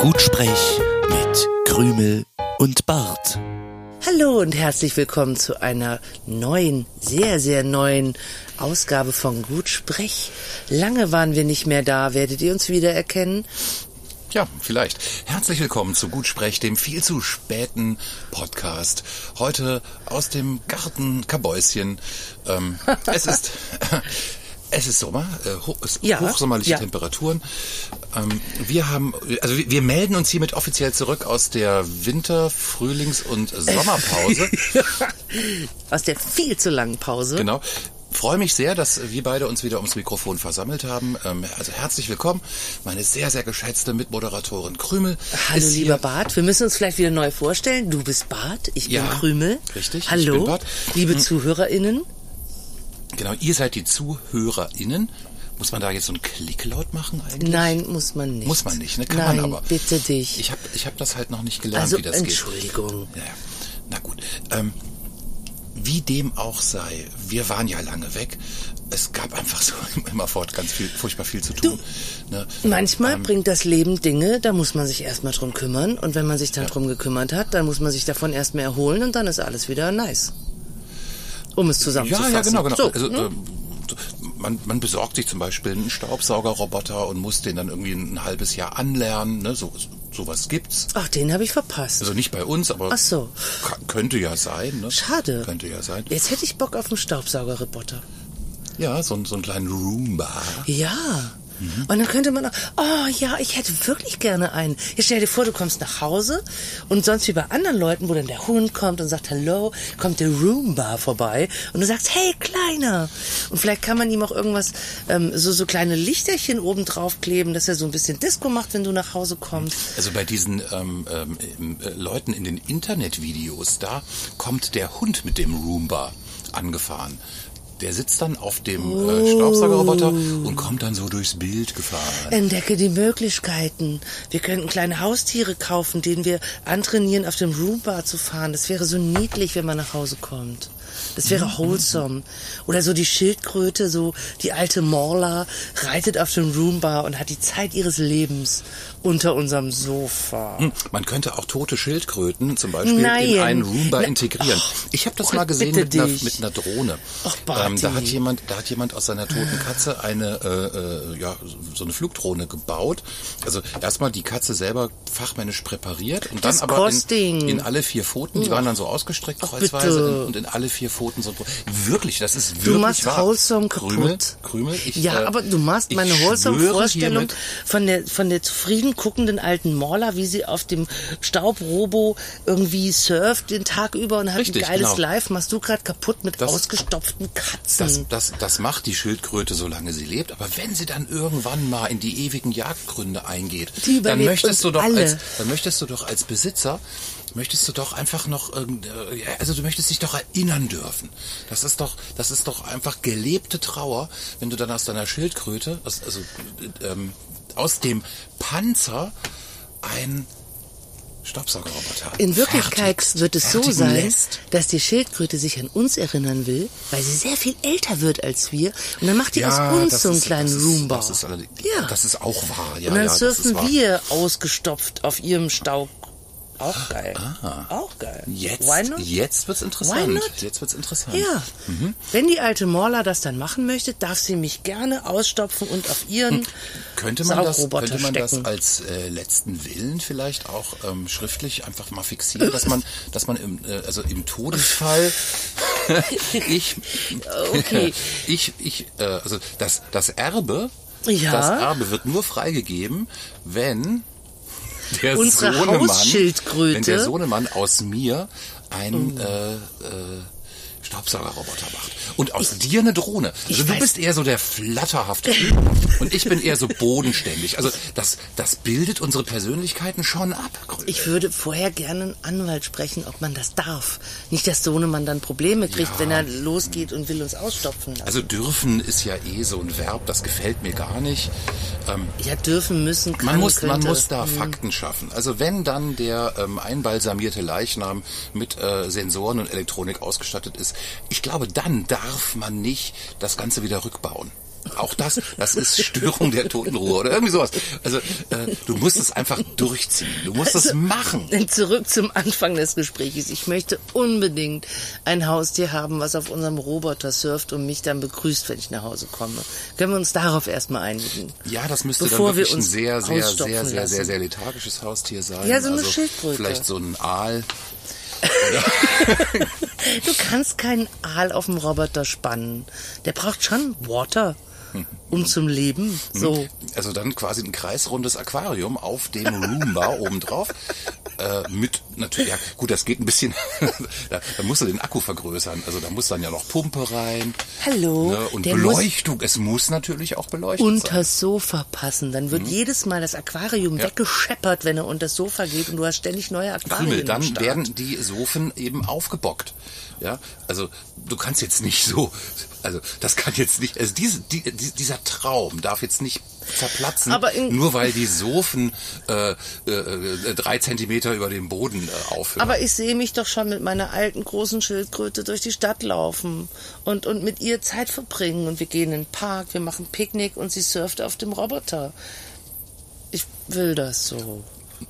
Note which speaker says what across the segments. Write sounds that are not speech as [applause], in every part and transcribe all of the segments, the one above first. Speaker 1: Gutsprech mit Krümel und Bart.
Speaker 2: Hallo und herzlich willkommen zu einer neuen, sehr, sehr neuen Ausgabe von Gut Sprech. Lange waren wir nicht mehr da, werdet ihr uns
Speaker 3: [laughs]
Speaker 2: wiedererkennen?
Speaker 3: Ja, vielleicht. Herzlich willkommen zu Gutsprech, dem viel zu späten Podcast. Heute aus dem Garten Kabäuschen.
Speaker 2: [laughs]
Speaker 3: Ähm, es ist... [laughs] Es ist Sommer, äh, hoch, es
Speaker 2: Ja,
Speaker 3: hochsommerliche
Speaker 2: ja.
Speaker 3: Temperaturen. Ähm, wir haben, also wir, wir melden uns hiermit offiziell zurück aus der Winter-,
Speaker 2: [laughs]
Speaker 3: Frühlings- und Sommerpause.
Speaker 2: Aus der viel zu langen Pause.
Speaker 3: Genau. Freue mich sehr, dass wir beide uns wieder ums Mikrofon versammelt haben. Ähm, Also herzlich willkommen, meine sehr, sehr geschätzte Mitmoderatorin Krümel.
Speaker 2: Hallo
Speaker 3: ist hier.
Speaker 2: lieber Bart, wir müssen uns vielleicht wieder neu vorstellen. Du bist Bart, ich
Speaker 3: Ja,
Speaker 2: bin Krümel.
Speaker 3: richtig, ich
Speaker 2: Hallo,
Speaker 3: bin Bart. Hm.
Speaker 2: liebe ZuhörerInnen.
Speaker 3: Genau, ihr seid die ZuhörerInnen. Muss man da jetzt so einen Klicklaut machen eigentlich?
Speaker 2: Nein, muss man nicht.
Speaker 3: Muss man nicht, ne? Kann
Speaker 2: Nein,
Speaker 3: man aber.
Speaker 2: bitte dich.
Speaker 3: Ich habe ich hab das halt noch nicht gelernt,
Speaker 2: also
Speaker 3: wie das
Speaker 2: Entschuldigung.
Speaker 3: geht. Ja, ja. na gut. Ähm, wie dem auch sei, wir waren ja lange weg. Es gab einfach so [laughs] immerfort ganz viel, furchtbar viel zu tun. Ne?
Speaker 2: Manchmal bringt das Leben Dinge, da muss man sich erstmal drum kümmern. Und wenn man sich dann drum gekümmert hat, dann muss man sich davon erstmal erholen und dann ist alles wieder nice. Um es
Speaker 3: Ja,
Speaker 2: zusammenzufassen.
Speaker 3: ja, genau, genau.
Speaker 2: So,
Speaker 3: also,
Speaker 2: ne?
Speaker 3: ähm, so, man, man besorgt sich zum Beispiel einen Staubsaugerroboter und muss den dann irgendwie ein halbes Jahr anlernen. Ne? So, so- sowas gibt's.
Speaker 2: Ach, den habe ich verpasst.
Speaker 3: Also nicht bei uns, aber
Speaker 2: Ach so.
Speaker 3: ka- könnte ja sein. Ne?
Speaker 2: Schade.
Speaker 3: Könnte ja sein.
Speaker 2: Jetzt hätte ich Bock auf einen Staubsaugerroboter.
Speaker 3: Ja, so, ein- so einen kleinen Roomba.
Speaker 2: Ja. Und dann könnte man auch, oh ja, ich hätte wirklich gerne einen. Jetzt stell dir vor, du kommst nach Hause und sonst wie bei anderen Leuten, wo dann der Hund kommt und sagt Hallo, kommt der Roomba vorbei und du sagst, hey, Kleiner. Und vielleicht kann man ihm auch irgendwas, ähm, so, so kleine Lichterchen oben drauf kleben, dass er so ein bisschen Disco macht, wenn du nach Hause kommst.
Speaker 3: Also bei diesen ähm, ähm, äh, Leuten in den Internetvideos, da kommt der Hund mit dem Roomba angefahren. Der sitzt dann auf dem äh, Staubsaugerroboter und kommt dann so durchs Bild gefahren.
Speaker 2: Entdecke die Möglichkeiten. Wir könnten kleine Haustiere kaufen, denen wir antrainieren, auf dem Roomba zu fahren. Das wäre so niedlich, wenn man nach Hause kommt. Das wäre wholesome. Oder so die Schildkröte, so die alte Morla reitet auf dem Roomba und hat die Zeit ihres Lebens unter unserem Sofa.
Speaker 3: Hm, Man könnte auch tote Schildkröten zum Beispiel
Speaker 2: Nein.
Speaker 3: in einen
Speaker 2: Na,
Speaker 3: Roomba
Speaker 2: oh,
Speaker 3: integrieren. Ich habe das
Speaker 2: Gott,
Speaker 3: mal gesehen
Speaker 2: bitte
Speaker 3: mit einer,
Speaker 2: dich.
Speaker 3: mit einer Drohne. Ähm,
Speaker 2: Ach, Barty.
Speaker 3: da hat jemand, da hat jemand aus seiner toten Katze eine, äh, äh, ja, so eine Flugdrohne gebaut. Also erstmal die Katze selber fachmännisch präpariert und
Speaker 2: Das
Speaker 3: dann aber in,
Speaker 2: Costing.
Speaker 3: in alle vier Pfoten, die waren dann so ausgestreckt
Speaker 2: bitte.
Speaker 3: kreuzweise und, und in alle vier Pfoten so. Wirklich, das ist wirklich
Speaker 2: Du machst
Speaker 3: wahr.
Speaker 2: wholesome
Speaker 3: Krümel,
Speaker 2: kaputt.
Speaker 3: Krümel, ich,
Speaker 2: ja,
Speaker 3: äh,
Speaker 2: aber du machst
Speaker 3: ich
Speaker 2: meine wholesome
Speaker 3: schwöre
Speaker 2: Vorstellung
Speaker 3: hiermit,
Speaker 2: von der, von der zufrieden guckenden alten Morla, wie sie auf dem Staubrobo irgendwie surft den Tag über und hat
Speaker 3: Richtig,
Speaker 2: ein geiles
Speaker 3: genau.
Speaker 2: Live, machst du gerade kaputt mit
Speaker 3: Das-
Speaker 2: ausgestopften Katzen.
Speaker 3: Das, das, das macht die Schildkröte, solange sie lebt. Aber wenn sie dann irgendwann mal in die ewigen Jagdgründe eingeht,
Speaker 2: Die überlebt
Speaker 3: dann
Speaker 2: uns
Speaker 3: möchtest du doch
Speaker 2: alle.
Speaker 3: als, dann möchtest du doch als Besitzer möchtest du doch einfach noch irgend- äh, also du möchtest dich doch erinnern dürfen. Das ist doch das ist doch einfach gelebte Trauer, wenn du dann aus deiner Schildkröte aus, also äh, ähm, aus dem Panzer ein Staubsaugerroboter
Speaker 2: In Wirklichkeit
Speaker 3: fertigst-
Speaker 2: wird es so
Speaker 3: fertigen
Speaker 2: sein,
Speaker 3: lässt.
Speaker 2: dass die Schildkröte sich an uns erinnern will, weil sie sehr viel älter wird als wir. Und dann macht die aus uns
Speaker 3: das
Speaker 2: so einen
Speaker 3: ist-
Speaker 2: kleinen
Speaker 3: das ist-
Speaker 2: Roomba.
Speaker 3: Das ist, allerdings-
Speaker 2: Ja.
Speaker 3: das ist auch wahr. Ja,
Speaker 2: Und dann
Speaker 3: ja, das ist
Speaker 2: surfen
Speaker 3: wahr.
Speaker 2: wir ausgestopft auf ihrem Staub. Auch geil. Auch geil.
Speaker 3: Ah. Jetzt,
Speaker 2: Why not?
Speaker 3: jetzt wird's
Speaker 2: Why
Speaker 3: interessant.
Speaker 2: not?
Speaker 3: Jetzt wird's interessant.
Speaker 2: Ja.
Speaker 3: Mhm.
Speaker 2: Wenn die alte Morla das dann machen möchte, darf sie mich gerne ausstopfen und auf ihren
Speaker 3: Hm. Könnte man das,
Speaker 2: Saugroboter
Speaker 3: könnte man das
Speaker 2: stecken.
Speaker 3: als äh, letzten Willen vielleicht auch ähm, schriftlich einfach mal fixieren, dass
Speaker 2: [laughs]
Speaker 3: man, dass man im, äh, also im Todesfall ich,
Speaker 2: Okay.
Speaker 3: [laughs] ich, ich, äh, also das, das Erbe,
Speaker 2: Ja.
Speaker 3: das Erbe wird nur freigegeben, wenn der
Speaker 2: Unsere
Speaker 3: Sohnemann,
Speaker 2: Hausschildkröte-
Speaker 3: wenn der Sohnemann aus mir einen äh, äh, Staubsaugerroboter macht und aus dir eine Drohne. Also
Speaker 2: ich
Speaker 3: du
Speaker 2: weiß-
Speaker 3: bist eher so der flatterhafte Typ
Speaker 2: [laughs]
Speaker 3: und ich bin eher so bodenständig. Also das, das bildet unsere Persönlichkeiten schon ab. Krümel.
Speaker 2: Ich würde vorher gerne einen Anwalt sprechen, ob man das darf. Nicht, dass Sohnemann dann Probleme kriegt,
Speaker 3: Ja.
Speaker 2: wenn er losgeht und will uns ausstopfen lassen.
Speaker 3: also dürfen ist ja eh so ein Verb, das gefällt mir gar nicht. Ähm,
Speaker 2: ja, dürfen, müssen, kann,
Speaker 3: Man muss,
Speaker 2: könnte. Mhm.
Speaker 3: man muss da Fakten schaffen. Also wenn dann der ähm, einbalsamierte Leichnam mit äh, Sensoren und Elektronik ausgestattet ist, ich glaube, dann darf man nicht das Ganze wieder rückbauen. Auch das,
Speaker 2: [laughs]
Speaker 3: das ist Störung der Totenruhe oder irgendwie sowas. Also äh, du musst es einfach durchziehen. Du musst es
Speaker 2: Also,
Speaker 3: machen.
Speaker 2: Zurück zum Anfang des Gesprächs. Ich möchte unbedingt ein Haustier haben, was auf unserem Roboter surft und mich dann begrüßt, wenn ich nach Hause komme. Können wir uns darauf erstmal einigen?
Speaker 3: Ja, das müsste
Speaker 2: Bevor
Speaker 3: dann wirklich
Speaker 2: wir
Speaker 3: ein
Speaker 2: uns
Speaker 3: sehr, sehr,
Speaker 2: ausstopfen
Speaker 3: sehr, sehr, sehr,
Speaker 2: lassen.
Speaker 3: sehr lethargisches Haustier sein. Also
Speaker 2: Ja, so eine Schildkröte.
Speaker 3: Vielleicht so ein Aal.
Speaker 2: Du kannst keinen Aal auf dem Roboter spannen. Der braucht schon Water, um zum Leben. So.
Speaker 3: Also dann quasi ein kreisrundes Aquarium auf dem Roomba obendrauf. Äh, mit, natürlich, ja, gut, das geht ein bisschen, [laughs] da, da musst du den Akku vergrößern. Also da muss dann ja noch Pumpe rein.
Speaker 2: Hallo,
Speaker 3: Ne? Und
Speaker 2: Oh, der
Speaker 3: Beleuchtung, es muss natürlich auch beleuchtet sein. Mhm.
Speaker 2: unter Sofa passen. Dann wird jedes Mal das Aquarium weggescheppert, wenn er unter Sofa geht und du hast ständig neue Aquarien.
Speaker 3: Krümel,
Speaker 2: am
Speaker 3: dann
Speaker 2: Start.
Speaker 3: werden die Sofen eben aufgebockt. Ja, also du kannst jetzt nicht so, also das kann jetzt nicht, also diese, die, die, dieser Traum darf jetzt nicht zerplatzen,
Speaker 2: Aber in-
Speaker 3: nur weil die Sofen äh, äh, äh, drei Zentimeter über dem Boden äh, aufhören.
Speaker 2: Aber ich sehe mich doch schon mit meiner alten großen Schildkröte durch die Stadt laufen und, und mit ihr Zeit verbringen. Und wir gehen in den Park, wir machen Picknick und sie surft auf dem Roboter. Ich will das so.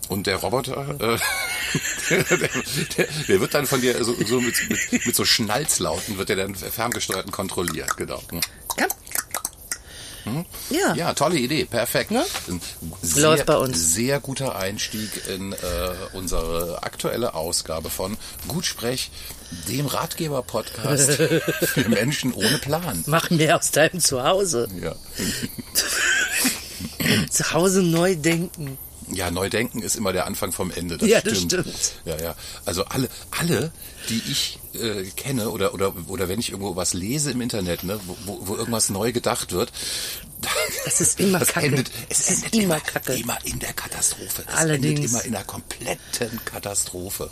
Speaker 3: Und der Roboter, äh, [laughs] der, der, der wird dann von dir so, so mit, mit, mit so Schnalzlauten wird der dann ferngesteuert und kontrolliert, genau.
Speaker 2: Komm. Ja.
Speaker 3: Hm? Ja, tolle Idee, perfekt.
Speaker 2: Ne?
Speaker 3: Ein Sehr,
Speaker 2: Läuft bei uns.
Speaker 3: Sehr guter Einstieg in äh, unsere aktuelle Ausgabe von Gutsprech,
Speaker 2: [laughs]
Speaker 3: dem Ratgeber-Podcast für Menschen ohne Plan.
Speaker 2: Mach mehr aus deinem Zuhause.
Speaker 3: Ja. Hm.
Speaker 2: Zuhause neu denken.
Speaker 3: ja, Neudenken ist immer der Anfang vom Ende. Das
Speaker 2: Ja, das
Speaker 3: stimmt.
Speaker 2: stimmt.
Speaker 3: Ja, ja. Also alle, alle, die ich äh, kenne oder, oder, oder wenn ich irgendwo was lese im Internet, ne, wo- wo, wo irgendwas neu gedacht wird,
Speaker 2: Es ist immer
Speaker 3: das
Speaker 2: Kacke.
Speaker 3: endet, es,
Speaker 2: Es ist
Speaker 3: endet
Speaker 2: immer
Speaker 3: immer,
Speaker 2: Kacke.
Speaker 3: immer in der Katastrophe. Es endet
Speaker 2: Allerdings.
Speaker 3: immer in einer kompletten Katastrophe.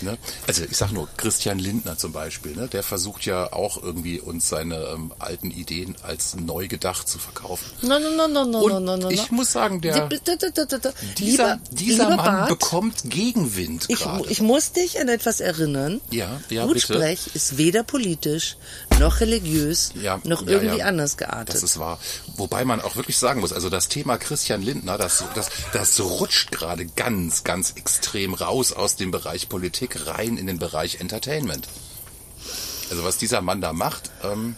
Speaker 3: Ne? Also ich sag nur, Christian Lindner zum Beispiel, ne? der versucht ja auch irgendwie uns seine ähm, alten Ideen als neu gedacht zu verkaufen.
Speaker 2: No, no, no, no, no,
Speaker 3: Und
Speaker 2: no, no, no.
Speaker 3: ich muss sagen, der, dieser,
Speaker 2: Lieber-
Speaker 3: dieser
Speaker 2: lieber
Speaker 3: Mann
Speaker 2: Bart,
Speaker 3: bekommt Gegenwind
Speaker 2: Ich,
Speaker 3: gerade.
Speaker 2: ich muss dich an etwas erinnern.
Speaker 3: Ja, ja,
Speaker 2: Gutsprech ist weder politisch, noch religiös,
Speaker 3: Ja,
Speaker 2: noch
Speaker 3: ja,
Speaker 2: irgendwie
Speaker 3: ja.
Speaker 2: anders
Speaker 3: Das
Speaker 2: geartet.
Speaker 3: ist wahr. Wobei man auch wirklich sagen muss, also das Thema Christian Lindner, das, das, das rutscht gerade ganz, ganz extrem raus aus dem Bereich Politik rein in den Bereich Entertainment. Also was dieser Mann da macht, ähm,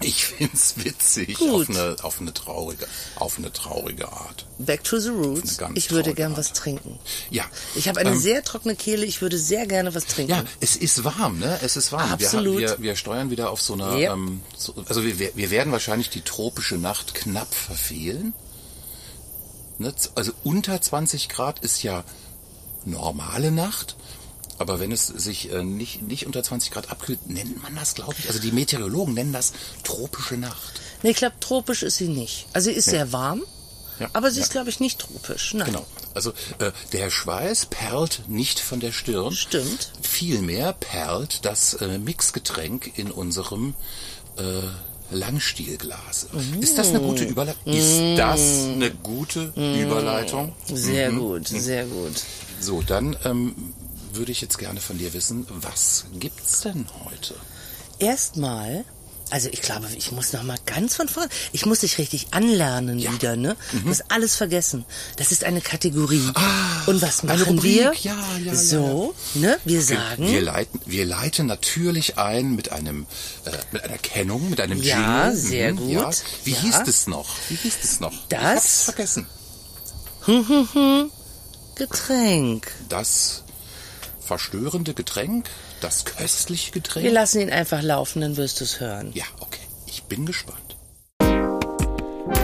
Speaker 3: ich [laughs] find's witzig auf
Speaker 2: Gut.
Speaker 3: eine, auf eine traurige, auf eine traurige Art.
Speaker 2: Back to the roots.
Speaker 3: Eine ganz
Speaker 2: Ich würde
Speaker 3: traurige
Speaker 2: gern
Speaker 3: Art.
Speaker 2: was trinken.
Speaker 3: Ja.
Speaker 2: Ich habe eine
Speaker 3: Ähm,
Speaker 2: sehr trockene Kehle, ich würde sehr gerne was trinken.
Speaker 3: Ja, es ist warm, ne? Es ist warm.
Speaker 2: Absolut.
Speaker 3: Wir, wir, wir steuern wieder auf so eine,
Speaker 2: Ja.
Speaker 3: ähm, so, also wir, wir- wir werden wahrscheinlich die tropische Nacht knapp verfehlen. Ne? Z- Also unter 20 Grad ist ja normale Nacht. Aber wenn es sich äh, nicht, nicht unter 20 Grad abkühlt, nennt man das, glaube ich, also die Meteorologen nennen das tropische Nacht.
Speaker 2: Nee, ich glaube, tropisch ist sie nicht. Also sie ist sehr warm,
Speaker 3: Ja,
Speaker 2: aber sie
Speaker 3: ja.
Speaker 2: ist, glaube ich, nicht tropisch. Nein.
Speaker 3: Genau. Also äh, der Schweiß perlt nicht von der Stirn.
Speaker 2: Stimmt.
Speaker 3: Vielmehr perlt das äh, Mixgetränk in unserem äh, Langstielglas.
Speaker 2: Mhm.
Speaker 3: Ist das eine gute Überleitung? Ist das eine gute
Speaker 2: Mhm.
Speaker 3: Überleitung?
Speaker 2: Sehr
Speaker 3: Mhm.
Speaker 2: gut, sehr gut.
Speaker 3: So, dann ähm, würde ich jetzt gerne von dir wissen, was gibt's denn heute?
Speaker 2: erstmal, also ich glaube, ich muss noch mal ganz von vorne, ich muss dich richtig anlernen wieder, ne?
Speaker 3: Mhm.
Speaker 2: Du hast alles vergessen. Das ist eine Kategorie. Und was
Speaker 3: Ah, eine
Speaker 2: machen
Speaker 3: Rubrik.
Speaker 2: wir?
Speaker 3: Ja, ja, ja,
Speaker 2: so, ne? Wir
Speaker 3: Wir-
Speaker 2: sagen,
Speaker 3: Wir leiten, wir leiten natürlich ein mit einem, äh, mit einer Kennung, mit einem
Speaker 2: Ja,
Speaker 3: Jingle. Mhm,
Speaker 2: sehr gut.
Speaker 3: Ja. Wie
Speaker 2: Ja.
Speaker 3: hieß es noch? Wie hieß es noch?
Speaker 2: Das-
Speaker 3: Ich hab's vergessen.
Speaker 2: Getränk.
Speaker 3: Das verstörende Getränk, das köstliche Getränk.
Speaker 2: Wir lassen ihn einfach laufen, dann wirst du es hören.
Speaker 3: ja, okay. Ich bin gespannt.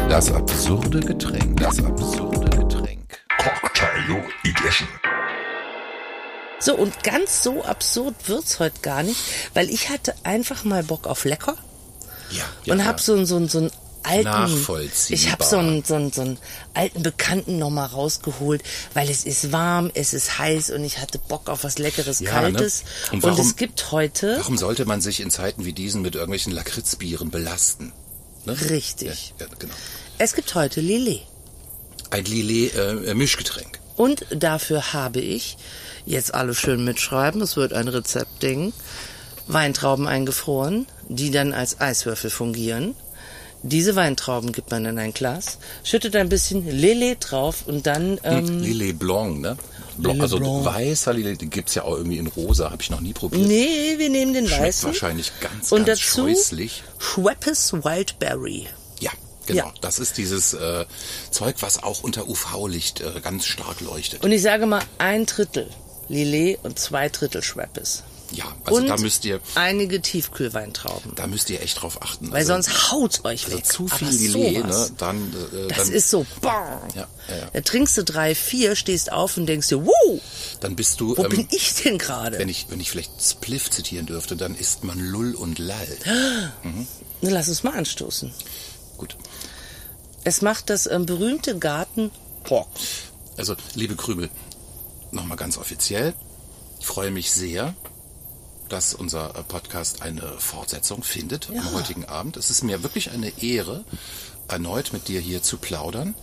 Speaker 3: Das absurde Getränk. Das absurde Getränk.
Speaker 4: Cocktail Edition.
Speaker 2: So, und ganz so absurd wird's heute gar nicht, weil ich hatte einfach mal Bock auf lecker.
Speaker 3: Ja.
Speaker 2: und hab so einen so einen so einen alten
Speaker 3: Nachvollziehbar.
Speaker 2: ich hab so einen so einen so einen alten Bekannten noch mal rausgeholt, weil es ist warm, es ist heiß und ich hatte Bock auf was leckeres
Speaker 3: Ja, ne?
Speaker 2: kaltes
Speaker 3: Und
Speaker 2: und,
Speaker 3: warum-
Speaker 2: es gibt heute
Speaker 3: Warum sollte man sich in Zeiten wie diesen mit irgendwelchen Lakritzbieren belasten? Ne?
Speaker 2: Richtig.
Speaker 3: Ja, ja, genau.
Speaker 2: es gibt heute Lillet
Speaker 3: Ein Lillet äh, Mischgetränk.
Speaker 2: und dafür habe ich jetzt alle schön mitschreiben, es wird ein Rezeptding. Weintrauben eingefroren, die dann als Eiswürfel fungieren. Diese Weintrauben gibt man in ein Glas, schüttet ein bisschen Lele drauf und
Speaker 3: Hm.
Speaker 2: dann ähm,
Speaker 3: Lillet Blanc, ne? Blanc,
Speaker 2: Lillet
Speaker 3: also
Speaker 2: Blanc.
Speaker 3: weißer Lillet, den gibt's ja auch irgendwie in rosa, habe ich noch nie probiert.
Speaker 2: nee, wir nehmen den
Speaker 3: Schmeckt
Speaker 2: weißen
Speaker 3: wahrscheinlich ganz,
Speaker 2: und
Speaker 3: ganz
Speaker 2: dazu
Speaker 3: scheußlich.
Speaker 2: Schweppes Wildberry.
Speaker 3: Ja, genau.
Speaker 2: Ja.
Speaker 3: Das ist dieses äh, Zeug, was auch unter UV-Licht äh, ganz stark leuchtet.
Speaker 2: Und ich sage mal ein Drittel Lillet und zwei Drittel Schweppes.
Speaker 3: ja, also
Speaker 2: und
Speaker 3: da müsst ihr,
Speaker 2: einige Tiefkühlweintrauben.
Speaker 3: da müsst ihr echt drauf achten.
Speaker 2: Weil
Speaker 3: also,
Speaker 2: sonst haut's euch
Speaker 3: also
Speaker 2: weg.
Speaker 3: zu viel
Speaker 2: Aber
Speaker 3: Lillet,
Speaker 2: sowas.
Speaker 3: ne? Dann, äh,
Speaker 2: Das
Speaker 3: dann,
Speaker 2: ist so, bang.
Speaker 3: Ja, ja, ja.
Speaker 2: Da trinkst du drei, vier, stehst auf und denkst dir, wow,
Speaker 3: dann bist du.
Speaker 2: wo
Speaker 3: ähm,
Speaker 2: bin ich denn gerade?
Speaker 3: Wenn ich, wenn ich vielleicht Spliff zitieren dürfte, dann isst man Lull und Lall.
Speaker 2: Na, lass uns mal anstoßen.
Speaker 3: Gut.
Speaker 2: Es macht das ähm, berühmte Garten Pork.
Speaker 3: Also, liebe Krübel, nochmal ganz offiziell. Ich freue mich sehr, dass unser äh, Podcast eine Fortsetzung findet am heutigen Abend. Es ist mir wirklich eine Ehre, erneut mit dir hier zu plaudern.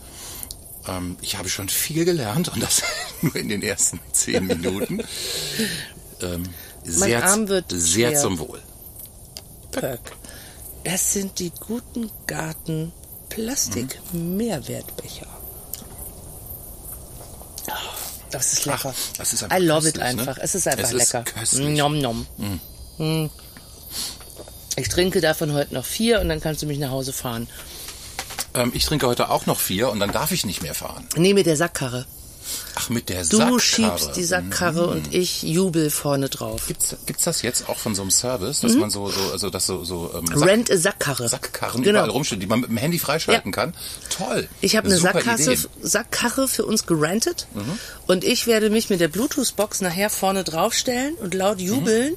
Speaker 3: Ähm, ich habe schon viel gelernt und das [laughs] nur in den ersten
Speaker 2: [laughs]
Speaker 3: zehn Minuten. ähm, sehr
Speaker 2: Arm wird
Speaker 3: sehr
Speaker 2: schwer.
Speaker 3: zum Wohl.
Speaker 2: Perk. Das sind die guten Garten Plastik
Speaker 3: Mhm.
Speaker 2: Mehrwertbecher. Ah, Das ist lecker.
Speaker 3: Ach, das ist einfach
Speaker 2: I love it
Speaker 3: köstlich, ne?
Speaker 2: einfach. Es ist einfach
Speaker 3: Es ist
Speaker 2: lecker.
Speaker 3: köstlich. Mhm.
Speaker 2: Nom nom. Mm. Ich trinke davon heute noch vier und dann kannst du mich nach Hause fahren.
Speaker 3: Ähm, ich trinke heute auch noch vier und dann darf ich nicht mehr fahren.
Speaker 2: Nee, mit der Sackkarre.
Speaker 3: Ach, mit der
Speaker 2: Du
Speaker 3: Sackkarre. Hm. Mhm.
Speaker 2: schiebst die Sackkarre und ich jubel vorne drauf.
Speaker 3: Gibt's, gibt's das jetzt auch von so einem Service,
Speaker 2: Mhm.
Speaker 3: dass man so, so, also dass so, so ähm, Sack,
Speaker 2: Rent a Sackkarre.
Speaker 3: Sackkarren
Speaker 2: Genau.
Speaker 3: überall rumstehen, die man mit dem Handy freischalten
Speaker 2: Ja.
Speaker 3: kann? Toll.
Speaker 2: Ich habe eine
Speaker 3: Super
Speaker 2: Sackkasse,
Speaker 3: Idee. Mhm.
Speaker 2: Sackkarre für uns gerantet und ich werde mich mit der Bluetooth-Box nachher vorne draufstellen und laut jubeln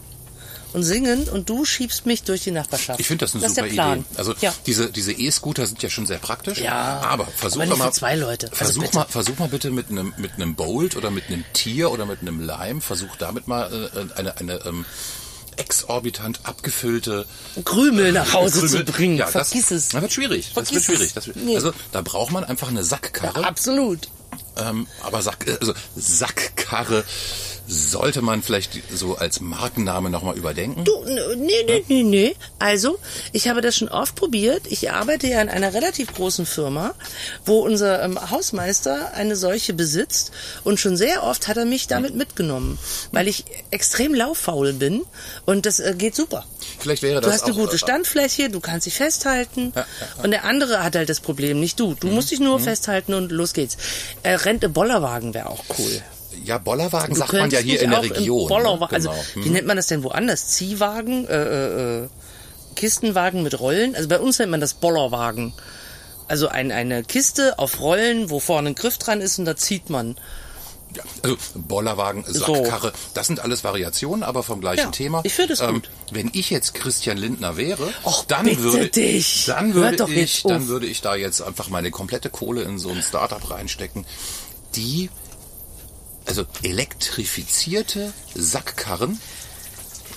Speaker 2: und singen und du schiebst mich durch die Nachbarschaft.
Speaker 3: Ich finde das eine
Speaker 2: das ist
Speaker 3: super
Speaker 2: der Plan.
Speaker 3: Idee. Also
Speaker 2: ja.
Speaker 3: diese diese E-Scooter sind ja schon sehr praktisch.
Speaker 2: Ja,
Speaker 3: aber versuch
Speaker 2: aber nicht
Speaker 3: mal
Speaker 2: für zwei Leute. Also
Speaker 3: versuch
Speaker 2: bitte.
Speaker 3: mal, versuch mal bitte mit einem mit einem Bolt oder mit einem Tier oder mit einem Lime. Versuch damit mal äh, eine eine ähm, exorbitant abgefüllte
Speaker 2: Krümel nach Hause
Speaker 3: Krümel-
Speaker 2: zu bringen.
Speaker 3: Ja,
Speaker 2: Vergiss
Speaker 3: das,
Speaker 2: es.
Speaker 3: Das wird schwierig. Das wird
Speaker 2: Vergiss
Speaker 3: schwierig.
Speaker 2: es.
Speaker 3: Das, wird-
Speaker 2: Nee.
Speaker 3: Also da braucht man einfach eine Sackkarre.
Speaker 2: Absolut.
Speaker 3: Ähm, aber Sack, äh, also Sackkarre sollte man vielleicht so als Markenname nochmal überdenken.
Speaker 2: Du, n- nee, nee, nee, nee. Also, ich habe das schon oft probiert. Ich arbeite ja in einer relativ großen Firma, wo unser ähm, Hausmeister eine solche besitzt. Und schon sehr oft hat er mich damit mitgenommen, weil ich extrem lauffaul bin. Und das äh, geht super.
Speaker 3: Vielleicht wäre
Speaker 2: Du
Speaker 3: das
Speaker 2: hast
Speaker 3: auch,
Speaker 2: eine gute
Speaker 3: äh,
Speaker 2: Standfläche, du kannst dich festhalten. Und der andere hat halt das Problem, nicht du. Du
Speaker 3: Mhm.
Speaker 2: musst dich nur festhalten und los geht's. Äh, Rente Bollerwagen wäre auch cool.
Speaker 3: Ja, Bollerwagen
Speaker 2: Du
Speaker 3: sagt man ja
Speaker 2: könntest
Speaker 3: hier
Speaker 2: mich
Speaker 3: in der
Speaker 2: auch im
Speaker 3: Region. ne?
Speaker 2: Bollerwa- also,
Speaker 3: Genau. Hm.
Speaker 2: wie nennt man das denn woanders? Ziehwagen, äh, äh, äh, Kistenwagen mit Rollen? Also bei uns nennt man das Bollerwagen. Also ein, eine Kiste auf Rollen, wo vorne ein Griff dran ist und da zieht man.
Speaker 3: Ja, also Bollerwagen, Sackkarre, das sind alles Variationen, aber vom gleichen
Speaker 2: Ja,
Speaker 3: Thema. Ähm,
Speaker 2: ich find es gut.
Speaker 3: Wenn ich jetzt Christian Lindner wäre,
Speaker 2: Och,
Speaker 3: dann
Speaker 2: bitte
Speaker 3: würde
Speaker 2: dich.
Speaker 3: dann
Speaker 2: Hör
Speaker 3: würde
Speaker 2: doch
Speaker 3: ich,
Speaker 2: jetzt
Speaker 3: dann
Speaker 2: auf.
Speaker 3: würde ich da jetzt einfach meine komplette Kohle in so ein Startup reinstecken, die also elektrifizierte Sackkarren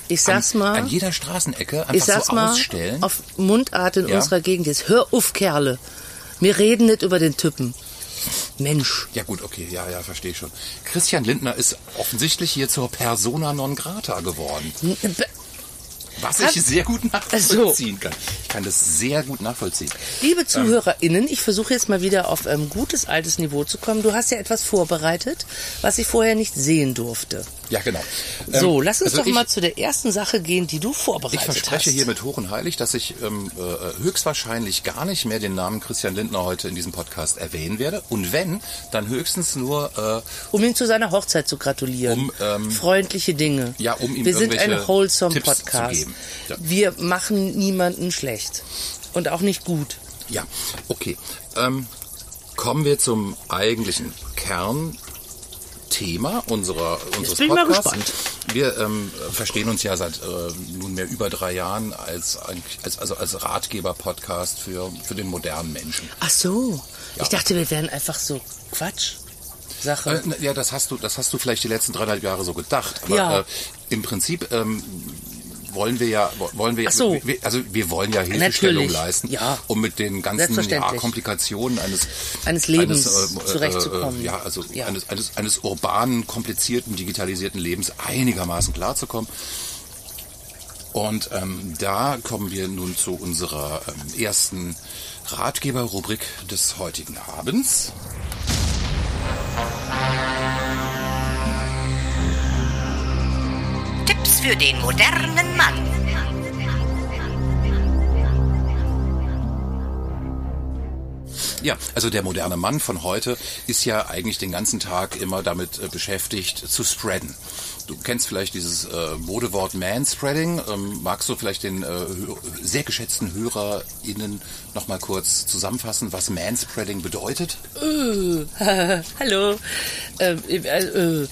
Speaker 2: Ich sag's
Speaker 3: an,
Speaker 2: mal.
Speaker 3: an jeder Straßenecke einfach
Speaker 2: ich sag's
Speaker 3: so
Speaker 2: mal
Speaker 3: ausstellen.
Speaker 2: auf Mundart in
Speaker 3: Ja.
Speaker 2: unserer Gegend jetzt. Hör auf, Kerle. Wir reden nicht über den Typen. Mensch.
Speaker 3: ja gut, okay, ja, ja, verstehe schon. Christian Lindner ist offensichtlich hier zur Persona non grata geworden. Was
Speaker 2: Hab-
Speaker 3: ich sehr gut nachvollziehen kann. Ich kann das sehr gut nachvollziehen.
Speaker 2: Liebe ZuhörerInnen, ich versuche jetzt mal wieder auf ähm, gutes altes Niveau zu kommen. Du hast ja etwas vorbereitet, was ich vorher nicht sehen durfte.
Speaker 3: Ja, genau.
Speaker 2: so,
Speaker 3: Ähm,
Speaker 2: lass uns
Speaker 3: also
Speaker 2: doch
Speaker 3: ich,
Speaker 2: mal zu der ersten Sache gehen, die du vorbereitet
Speaker 3: Ich verspreche
Speaker 2: hast.
Speaker 3: hier mit Hoch und Heilig, dass ich ähm, äh, höchstwahrscheinlich gar nicht mehr den Namen Christian Lindner heute in diesem Podcast erwähnen werde. Und wenn, dann höchstens nur, äh,
Speaker 2: um ihm zu seiner Hochzeit zu gratulieren.
Speaker 3: Um, ähm,
Speaker 2: Freundliche Dinge.
Speaker 3: ja, um ihm
Speaker 2: Wir sind ein
Speaker 3: irgendwelche
Speaker 2: wholesome
Speaker 3: Tipps zu
Speaker 2: Podcast.
Speaker 3: geben. Ja.
Speaker 2: Wir machen niemanden schlecht. Und auch nicht gut.
Speaker 3: äh, ja, okay. Ähm, kommen wir zum eigentlichen Kern Thema unserer, unseres
Speaker 2: bin ich mal
Speaker 3: Podcasts.
Speaker 2: gespannt.
Speaker 3: Wir ähm, verstehen uns ja seit äh, nunmehr über drei Jahren als, ein- als, also als Ratgeber-Podcast für, für den modernen Menschen.
Speaker 2: Ach so.
Speaker 3: Ja.
Speaker 2: Ich dachte, wir wären einfach so Quatsch. Sache.
Speaker 3: Äh, na, ja, das hast du, das hast du vielleicht die letzten dreieinhalb Jahre so gedacht. Aber
Speaker 2: Ja.
Speaker 3: äh, im Prinzip ähm, wollen wir ja, wo- wollen wir,
Speaker 2: Ach so.
Speaker 3: wir, also wir wollen ja Hilfestellung
Speaker 2: Natürlich.
Speaker 3: leisten,
Speaker 2: Ja.
Speaker 3: um mit den ganzen ja,
Speaker 2: Selbstverständlich.
Speaker 3: Komplikationen eines
Speaker 2: Eines Lebens
Speaker 3: äh, äh,
Speaker 2: zurechtzukommen.
Speaker 3: Äh, ja, also
Speaker 2: Ja.
Speaker 3: Eines, eines eines urbanen, komplizierten, digitalisierten Lebens einigermaßen klarzukommen. Und ähm, da kommen wir nun zu unserer ähm, ersten Ratgeberrubrik des heutigen Abends.
Speaker 5: Tipps für den modernen Mann.
Speaker 3: Ja, also der moderne Mann von heute ist ja eigentlich den ganzen Tag immer damit äh, beschäftigt, zu spreaden. Du kennst vielleicht dieses äh, Modewort Manspreading. Ähm, magst du vielleicht den äh, hö- sehr geschätzten HörerInnen nochmal kurz zusammenfassen, was Manspreading bedeutet?
Speaker 2: Äh, [laughs] Hallo. Ähm, äh, äh,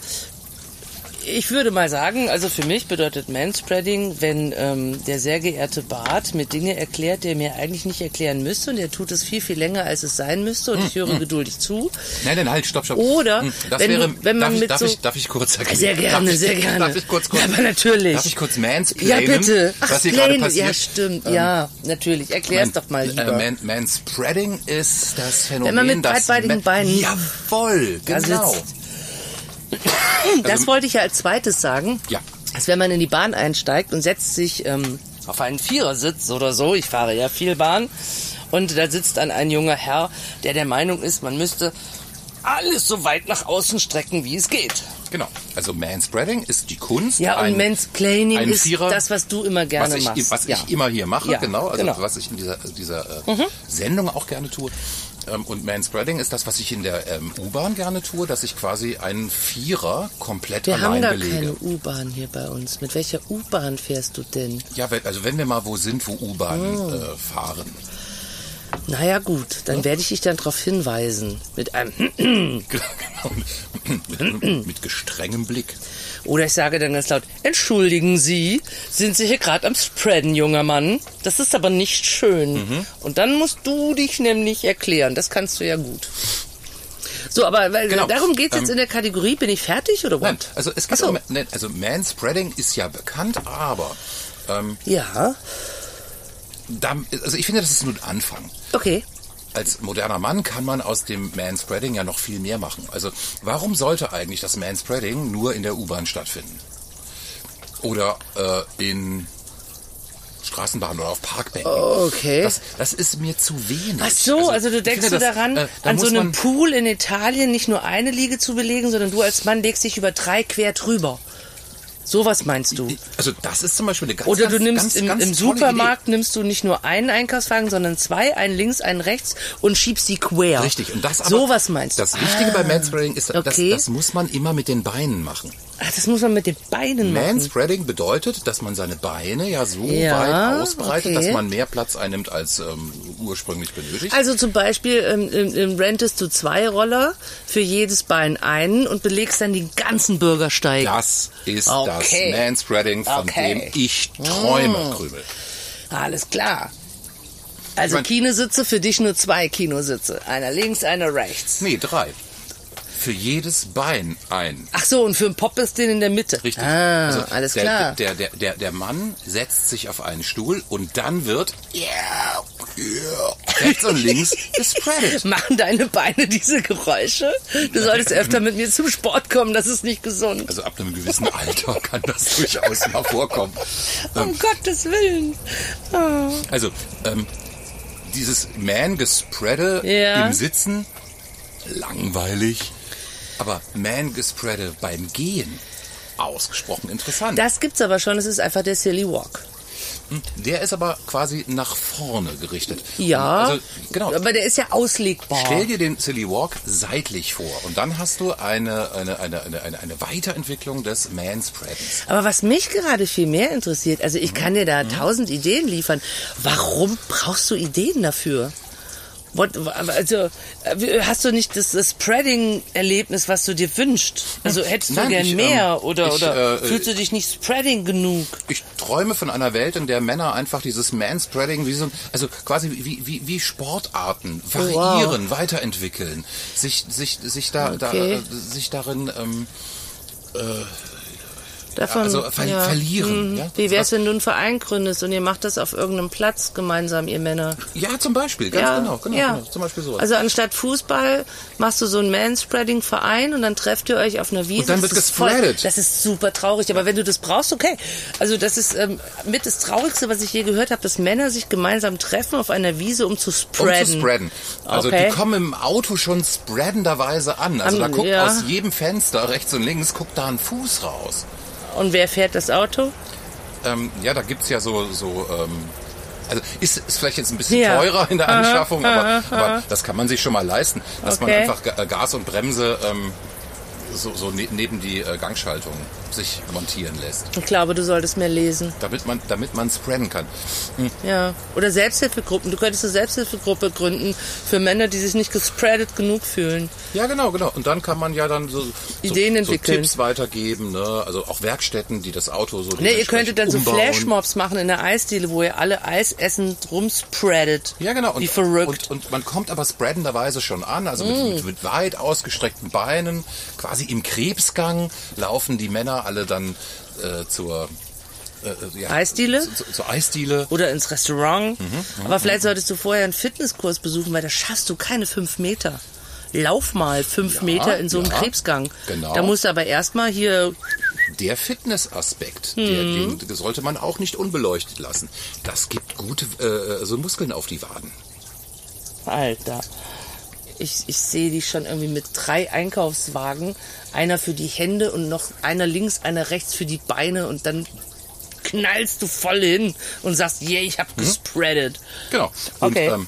Speaker 2: ich würde mal sagen, also für mich bedeutet Manspreading, wenn ähm, der sehr geehrte Bart mir Dinge erklärt, der mir eigentlich nicht erklären müsste und er tut es viel, viel länger, als es sein müsste und ich
Speaker 3: Mm,
Speaker 2: höre geduldig zu.
Speaker 3: Nein, nein, halt, stopp, stopp.
Speaker 2: Oder,
Speaker 3: Hm, das
Speaker 2: wenn-
Speaker 3: wäre,
Speaker 2: wenn man
Speaker 3: darf, ich-
Speaker 2: mit
Speaker 3: darf
Speaker 2: so-
Speaker 3: ich, darf ich kurz erklären?
Speaker 2: Sehr gerne,
Speaker 3: darf ich,
Speaker 2: sehr gerne.
Speaker 3: Darf ich kurz, kurz,
Speaker 2: Ja, aber natürlich.
Speaker 3: Darf ich kurz
Speaker 2: Ja,
Speaker 3: mansplainen,
Speaker 2: bitte. Ach,
Speaker 3: was hier gerade
Speaker 2: Blaine,
Speaker 3: passiert? Ähm,
Speaker 2: Ja, stimmt. ja, natürlich. Erklär's doch mal lieber.
Speaker 3: Äh, Man, Manspreading ist das Phänomen,
Speaker 2: man mit
Speaker 3: dass
Speaker 2: breitbeinigen
Speaker 3: Ma-
Speaker 2: Beinen
Speaker 3: Jawohl,
Speaker 2: da
Speaker 3: genau.
Speaker 2: sitzt. Das wollte ich ja als zweites sagen.
Speaker 3: Ja.
Speaker 2: Dass wenn man in die Bahn einsteigt und setzt sich ähm, auf einen Vierersitz oder so, ich fahre ja viel Bahn, und da sitzt dann ein junger Herr, der der Meinung ist, man müsste alles so weit nach außen strecken, wie es geht.
Speaker 3: Genau. Also Manspreading ist die Kunst.
Speaker 2: Ja, und
Speaker 3: ein-
Speaker 2: Mansplaining
Speaker 3: ein
Speaker 2: ist
Speaker 3: Vierer-
Speaker 2: das, was du immer gerne
Speaker 3: was ich,
Speaker 2: machst.
Speaker 3: Was
Speaker 2: Ja.
Speaker 3: ich immer hier mache,
Speaker 2: Ja,
Speaker 3: genau. Also
Speaker 2: genau. Mhm.
Speaker 3: was ich in dieser, dieser äh, Sendung auch gerne tue. Ähm, und Manspreading ist das, was ich in der ähm, U-Bahn gerne tue, dass ich quasi einen Vierer komplett
Speaker 2: Wir haben
Speaker 3: allein
Speaker 2: gar
Speaker 3: belege.
Speaker 2: keine U-Bahn hier bei uns. Mit welcher U-Bahn fährst du denn?
Speaker 3: Ja, wenn- also wenn wir mal wo sind, wo U-Bahnen
Speaker 2: Oh.
Speaker 3: äh, fahren. [laughs]
Speaker 2: Naja gut, dann werde ich dich dann darauf hinweisen. Mit einem
Speaker 3: Genau. Mit gestrengem Blick.
Speaker 2: Oder ich sage dann ganz laut, entschuldigen Sie, sind Sie hier gerade am Spreaden, junger Mann? Das ist aber nicht schön.
Speaker 3: Mhm.
Speaker 2: Und dann musst du dich nämlich erklären. Das kannst du ja gut. So, aber weil,
Speaker 3: Genau.
Speaker 2: darum geht's jetzt
Speaker 3: Ähm,
Speaker 2: in der Kategorie, bin ich fertig oder
Speaker 3: Nein,
Speaker 2: what?
Speaker 3: also es geht
Speaker 2: Ach so.
Speaker 3: um, nein, also Manspreading ist ja bekannt, aber ähm,
Speaker 2: Ja,
Speaker 3: da, also ich finde, das ist nur ein Anfang.
Speaker 2: okay.
Speaker 3: Als moderner Mann kann man aus dem Manspreading ja noch viel mehr machen. Also warum sollte eigentlich das Manspreading nur in der U-Bahn stattfinden? Oder äh, in Straßenbahnen oder auf Parkbänken?
Speaker 2: Okay.
Speaker 3: Das, das ist mir zu wenig.
Speaker 2: Ach so, also, du
Speaker 3: ich
Speaker 2: denkst
Speaker 3: finde,
Speaker 2: du
Speaker 3: das,
Speaker 2: daran,
Speaker 3: äh, da
Speaker 2: an so
Speaker 3: muss
Speaker 2: einem
Speaker 3: man-
Speaker 2: Pool in Italien nicht nur eine Liege zu belegen, sondern du als Mann legst dich über drei quer drüber. Sowas meinst du?
Speaker 3: Also das ist zum Beispiel eine ganz,
Speaker 2: Oder du
Speaker 3: ganz,
Speaker 2: nimmst
Speaker 3: ganz,
Speaker 2: im,
Speaker 3: ganz
Speaker 2: im
Speaker 3: tolle
Speaker 2: Supermarkt nimmst du nicht nur einen Einkaufswagen, sondern zwei, einen links, einen rechts und schiebst die quer.
Speaker 3: Idee. Richtig. Und das aber,
Speaker 2: Sowas meinst du? Ah.
Speaker 3: Das Wichtige bei Manspreading ist, das,
Speaker 2: okay.
Speaker 3: das muss man immer mit den Beinen machen.
Speaker 2: Ach, das muss man mit den Beinen machen.
Speaker 3: Manspreading bedeutet, dass man seine Beine ja so
Speaker 2: Ja,
Speaker 3: weit ausbreitet, dass
Speaker 2: okay.
Speaker 3: man mehr Platz einnimmt, als ähm, ursprünglich benötigt.
Speaker 2: Also zum Beispiel ähm, ähm, ähm, rentest du zwei Roller für jedes Bein einen und belegst dann den ganzen Bürgersteig.
Speaker 3: das ist
Speaker 2: Okay.
Speaker 3: das Manspreading, von
Speaker 2: Okay. Hm.
Speaker 3: dem ich träume, Krümel.
Speaker 2: Alles klar. Also
Speaker 3: Ich mein-
Speaker 2: Kinositze für dich nur zwei Kinositze. Einer links, einer rechts.
Speaker 3: Nee, drei. Für jedes Bein ein.
Speaker 2: Ach so, und für einen Pop ist den in der Mitte.
Speaker 3: Richtig.
Speaker 2: Ah,
Speaker 3: Also
Speaker 2: alles
Speaker 3: der,
Speaker 2: klar.
Speaker 3: Der, der, der, der Mann setzt sich auf einen Stuhl und dann wird yeah, yeah, rechts und links gespreadet.
Speaker 2: Machen deine Beine diese Geräusche? Du solltest öfter mit mir zum Sport kommen, das ist nicht gesund.
Speaker 3: Also ab einem gewissen Alter [laughs] kann das durchaus mal vorkommen. Ähm,
Speaker 2: Um Gottes Willen. Oh.
Speaker 3: also ähm, dieses Man-Gespreade
Speaker 2: Ja.
Speaker 3: im Sitzen, langweilig. Aber Man-Gespreade beim Gehen, ausgesprochen interessant. Hm,
Speaker 2: Das gibt's aber schon, es ist einfach der Silly Walk.
Speaker 3: der ist aber quasi nach vorne gerichtet.
Speaker 2: Ja,
Speaker 3: Also, genau.
Speaker 2: aber der ist ja auslegbar.
Speaker 3: Stell dir den Silly Walk seitlich vor und dann hast du eine, eine, eine, eine, eine, eine Weiterentwicklung des Manspreadens.
Speaker 2: Aber was mich gerade viel mehr interessiert, also
Speaker 3: Mhm.
Speaker 2: ich kann dir da tausend Ideen liefern. Warum brauchst du Ideen dafür? What, also äh, hast du nicht das, das Spreading-Erlebnis, was du dir wünschst? Also hättest du
Speaker 3: Nein,
Speaker 2: gern
Speaker 3: ich, ähm,
Speaker 2: mehr oder,
Speaker 3: ich,
Speaker 2: oder
Speaker 3: äh,
Speaker 2: fühlst du dich nicht Spreading genug?
Speaker 3: Ich träume von einer Welt, in der Männer einfach dieses Manspreading, wie so, ein- also quasi wie, wie, wie Sportarten variieren, weiterentwickeln, sich, sich, sich, da, da,
Speaker 2: Okay.
Speaker 3: äh, sich darin ähm, äh,
Speaker 2: Davon,
Speaker 3: also ver verlieren,
Speaker 2: Mhm.
Speaker 3: ja. Also
Speaker 2: Wie wär's, wenn du einen Verein gründest und ihr macht das auf irgendeinem Platz gemeinsam, ihr Männer?
Speaker 3: Ja, zum Beispiel, ganz
Speaker 2: ja,
Speaker 3: genau, genau,
Speaker 2: ja.
Speaker 3: genau, zum Beispiel sowas.
Speaker 2: Also anstatt Fußball machst du so einen Manspreading-Verein und dann trefft ihr euch auf einer Wiese.
Speaker 3: Und dann wird
Speaker 2: Das ist voll-
Speaker 3: gespreadet.
Speaker 2: Das ist super traurig, aber wenn du das brauchst, okay. Also das ist ähm, mit das Traurigste, was ich je gehört habe, dass Männer sich gemeinsam treffen auf einer Wiese, um zu spreaden.
Speaker 3: Um zu spreaden. Also
Speaker 2: okay.
Speaker 3: die kommen im Auto schon spreadenderweise an. Also da
Speaker 2: An-
Speaker 3: guckt
Speaker 2: ja.
Speaker 3: aus jedem Fenster rechts und links, guckt da ein Fuß raus.
Speaker 2: Und wer fährt das Auto?
Speaker 3: Ähm, ja, da gibt's ja so, so ähm, also ist, ist vielleicht jetzt ein bisschen
Speaker 2: Ja.
Speaker 3: teurer in der
Speaker 2: Aha,
Speaker 3: Anschaffung, aber,
Speaker 2: aha,
Speaker 3: aber das kann man sich schon mal leisten, dass man
Speaker 2: Okay.
Speaker 3: einfach Ga- äh, Gas und Bremse ähm, so, so ne, neben die äh, Gangschaltung sich montieren lässt,
Speaker 2: Ich glaube, du solltest mehr lesen.
Speaker 3: damit man, damit man spreaden kann. Hm.
Speaker 2: Ja. Oder Selbsthilfegruppen. Du könntest eine Selbsthilfegruppe gründen für Männer, die sich nicht gespreadet genug fühlen.
Speaker 3: Ja, genau, genau. Und dann kann man ja dann so, so,
Speaker 2: Ideen
Speaker 3: so
Speaker 2: entwickeln.
Speaker 3: Tipps weitergeben, ne? also auch Werkstätten, die das Auto so
Speaker 2: Ne, ihr
Speaker 3: dementsprechend
Speaker 2: könntet dann so
Speaker 3: umbauen.
Speaker 2: Flashmobs machen in der Eisdiele, wo ihr alle Eis essend rumspreadet.
Speaker 3: Ja, genau.
Speaker 2: Wie verrückt. Mm.
Speaker 3: Und, und man kommt aber spreadenderweise schon an, also mit, mit, mit weit ausgestreckten Beinen, quasi im Krebsgang laufen die Männer alle dann äh, zur äh, äh, ja,
Speaker 2: Eisdiele?
Speaker 3: zu- zu- Zur Eisdiele.
Speaker 2: Oder ins
Speaker 3: Mhm,
Speaker 2: Restaurant. Aber vielleicht solltest du vorher einen Fitnesskurs besuchen, weil da schaffst du keine fünf Meter. Lauf mal fünf
Speaker 3: Ja,
Speaker 2: Meter in so einem
Speaker 3: ja,
Speaker 2: Krebsgang.
Speaker 3: genau.
Speaker 2: Da musst du aber erstmal hier
Speaker 3: Der Fitnessaspekt, der,
Speaker 2: Mm.
Speaker 3: den sollte man auch nicht unbeleuchtet lassen. Das gibt gute äh, so Muskeln auf die Waden.
Speaker 2: Alter. Ich, ich sehe die schon irgendwie mit drei Einkaufswagen. Einer für die Hände und noch einer links, einer rechts für die Beine. Und dann knallst du voll hin und sagst, yeah, ich
Speaker 3: Mhm.
Speaker 2: hab gespreadet.
Speaker 3: Genau. Und,
Speaker 2: Okay.
Speaker 3: ähm,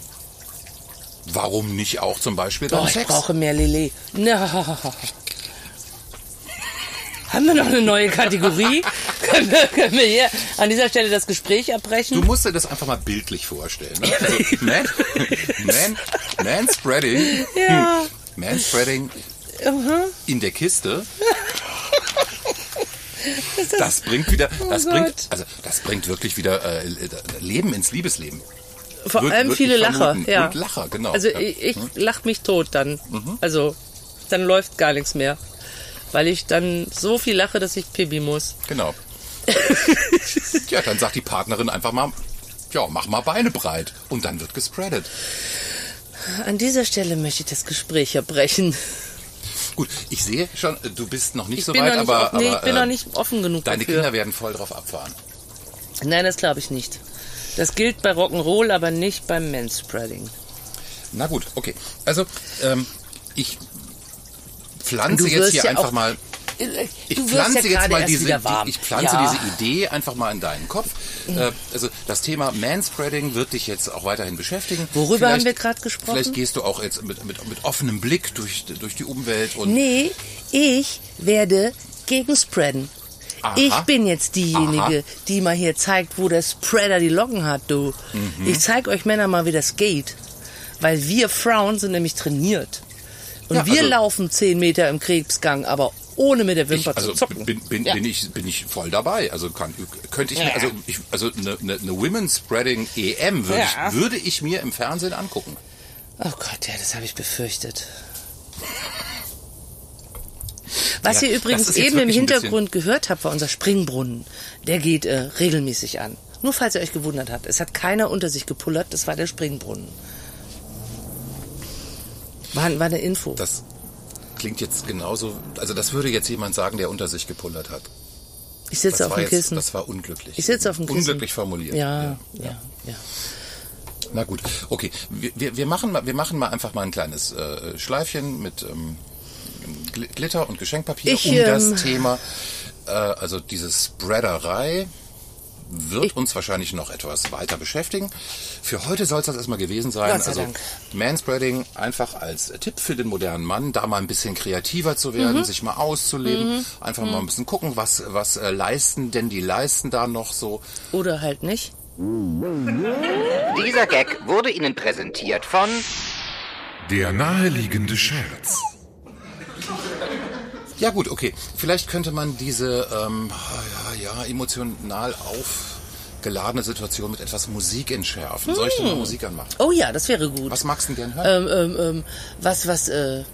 Speaker 3: warum nicht auch zum Beispiel beim
Speaker 2: Boah, Oh, ich
Speaker 3: Sex?
Speaker 2: brauche mehr Ne. Lele. Na. Haben wir noch eine neue
Speaker 3: [laughs]
Speaker 2: Kategorie? können, wir, können wir hier an dieser Stelle das Gespräch
Speaker 3: Du
Speaker 2: abbrechen?
Speaker 3: musst dir das einfach mal bildlich vorstellen. Ne?
Speaker 2: [laughs]
Speaker 3: Also, man, man, Manspreading.
Speaker 2: Ja.
Speaker 3: Manspreading in der
Speaker 2: [laughs]
Speaker 3: Kiste. Das bringt wieder, das
Speaker 2: Oh
Speaker 3: bringt,
Speaker 2: Gott.
Speaker 3: also das bringt wirklich wieder äh, Leben ins Liebesleben.
Speaker 2: Vor
Speaker 3: Würd-
Speaker 2: allem
Speaker 3: würd
Speaker 2: viele
Speaker 3: ich
Speaker 2: Lacher.
Speaker 3: vermuten.
Speaker 2: Ja.
Speaker 3: Und Lacher, genau.
Speaker 2: Also
Speaker 3: Ja. Mhm.
Speaker 2: ich, ich lach mich tot dann. Also dann läuft gar nichts mehr. Weil ich dann so viel lache, dass ich Pibi muss. [laughs]
Speaker 3: Genau. Ja, dann sagt die Partnerin einfach mal, ja, mach mal Beine breit und dann wird gespreadet.
Speaker 2: An dieser Stelle möchte ich das Gespräch abbrechen.
Speaker 3: Gut, ich sehe schon, äh, du bist noch nicht
Speaker 2: Ich
Speaker 3: so
Speaker 2: bin,
Speaker 3: weit,
Speaker 2: noch, nicht
Speaker 3: aber,
Speaker 2: offen, nee,
Speaker 3: aber
Speaker 2: ich bin
Speaker 3: äh,
Speaker 2: noch nicht offen genug
Speaker 3: deine
Speaker 2: dafür.
Speaker 3: Kinder werden voll drauf abfahren.
Speaker 2: Nein, das glaube ich nicht. Das gilt bei Rock'n'Roll, aber nicht beim Manspreading.
Speaker 3: Na gut, okay. Also, ähm, ich
Speaker 2: Du
Speaker 3: pflanze jetzt
Speaker 2: wirst
Speaker 3: hier
Speaker 2: ja
Speaker 3: einfach
Speaker 2: auch-
Speaker 3: mal. Ich
Speaker 2: du wirst
Speaker 3: pflanze
Speaker 2: ja
Speaker 3: jetzt
Speaker 2: gerade
Speaker 3: mal
Speaker 2: erst
Speaker 3: diese,
Speaker 2: wieder warm.
Speaker 3: die- ich pflanze
Speaker 2: Ja.
Speaker 3: diese Idee einfach mal in deinen Kopf. Äh, also das Thema Manspreading wird dich jetzt auch weiterhin beschäftigen.
Speaker 2: Worüber
Speaker 3: Vielleicht-
Speaker 2: haben wir gerade gesprochen?
Speaker 3: Vielleicht gehst du auch jetzt mit, mit, mit offenem Blick durch, durch die Umwelt und
Speaker 2: Nee, ich werde gegen Spreaden.
Speaker 3: Aha.
Speaker 2: Ich bin jetzt diejenige,
Speaker 3: Aha.
Speaker 2: die mal hier zeigt, wo der Spreader die Locken hat, du.
Speaker 3: Mhm.
Speaker 2: Ich zeig euch Männer mal, wie das geht. Weil wir Frauen sind nämlich trainiert. Und
Speaker 3: Ja,
Speaker 2: wir
Speaker 3: also-
Speaker 2: laufen 10 Meter im Krebsgang, aber ohne mit der
Speaker 3: ich,
Speaker 2: Wimper
Speaker 3: also
Speaker 2: zu zocken.
Speaker 3: bin, bin,
Speaker 2: Ja.
Speaker 3: bin, ich, bin ich voll dabei. Also kann, könnte ich
Speaker 2: Ja.
Speaker 3: mir, also ich, also eine, eine, eine Women's Spreading EM würde,
Speaker 2: Ja.
Speaker 3: ich, würde ich mir im Fernsehen angucken.
Speaker 2: Oh Gott, ja, das habe ich
Speaker 3: [laughs]
Speaker 2: befürchtet. Was
Speaker 3: Ja,
Speaker 2: ihr
Speaker 3: das
Speaker 2: übrigens
Speaker 3: ist jetzt
Speaker 2: eben im
Speaker 3: wirklich ein
Speaker 2: Hintergrund gehört habt, war unser Springbrunnen. Der geht äh, regelmäßig an. Nur falls ihr euch gewundert habt, es hat keiner unter sich gepullert, das war der Springbrunnen. War, war eine Info.
Speaker 3: Das klingt jetzt genauso, also das würde jetzt jemand sagen, der unter sich gepullert hat.
Speaker 2: ich
Speaker 3: Das
Speaker 2: sitze auf
Speaker 3: war
Speaker 2: dem
Speaker 3: jetzt,
Speaker 2: Kissen.
Speaker 3: das war unglücklich.
Speaker 2: ich sitze auf dem Kissen.
Speaker 3: Unglücklich formuliert.
Speaker 2: Ja, ja, ja.
Speaker 3: Na gut, okay. Wir, wir, wir, machen, mal, wir machen mal einfach mal ein kleines äh, Schleifchen mit ähm, Gl- Glitter und Geschenkpapier
Speaker 2: Ich,
Speaker 3: um
Speaker 2: ähm,
Speaker 3: das Thema. Äh, also diese Spreaderei wird uns wahrscheinlich noch etwas weiter beschäftigen. Für heute soll es das erstmal gewesen sein.
Speaker 2: Gott sei
Speaker 3: also
Speaker 2: Dank.
Speaker 3: Manspreading einfach als Tipp für den modernen Mann, da mal ein bisschen kreativer zu werden,
Speaker 2: Mhm.
Speaker 3: sich mal auszuleben, einfach mal ein bisschen gucken, was, was äh, leisten denn die leisten da noch so.
Speaker 2: Oder halt nicht.
Speaker 5: Dieser Gag wurde Ihnen präsentiert von
Speaker 4: Der naheliegende Scherz.
Speaker 3: Ja gut, okay. Vielleicht könnte man diese ähm, ja, ja, emotional aufgeladene Situation mit etwas Musik entschärfen. Soll ich denn mal Musik anmachen?
Speaker 2: Oh ja, das wäre gut.
Speaker 3: Was magst du denn gerne hören?
Speaker 2: ähm, ähm, ähm, was, was, äh,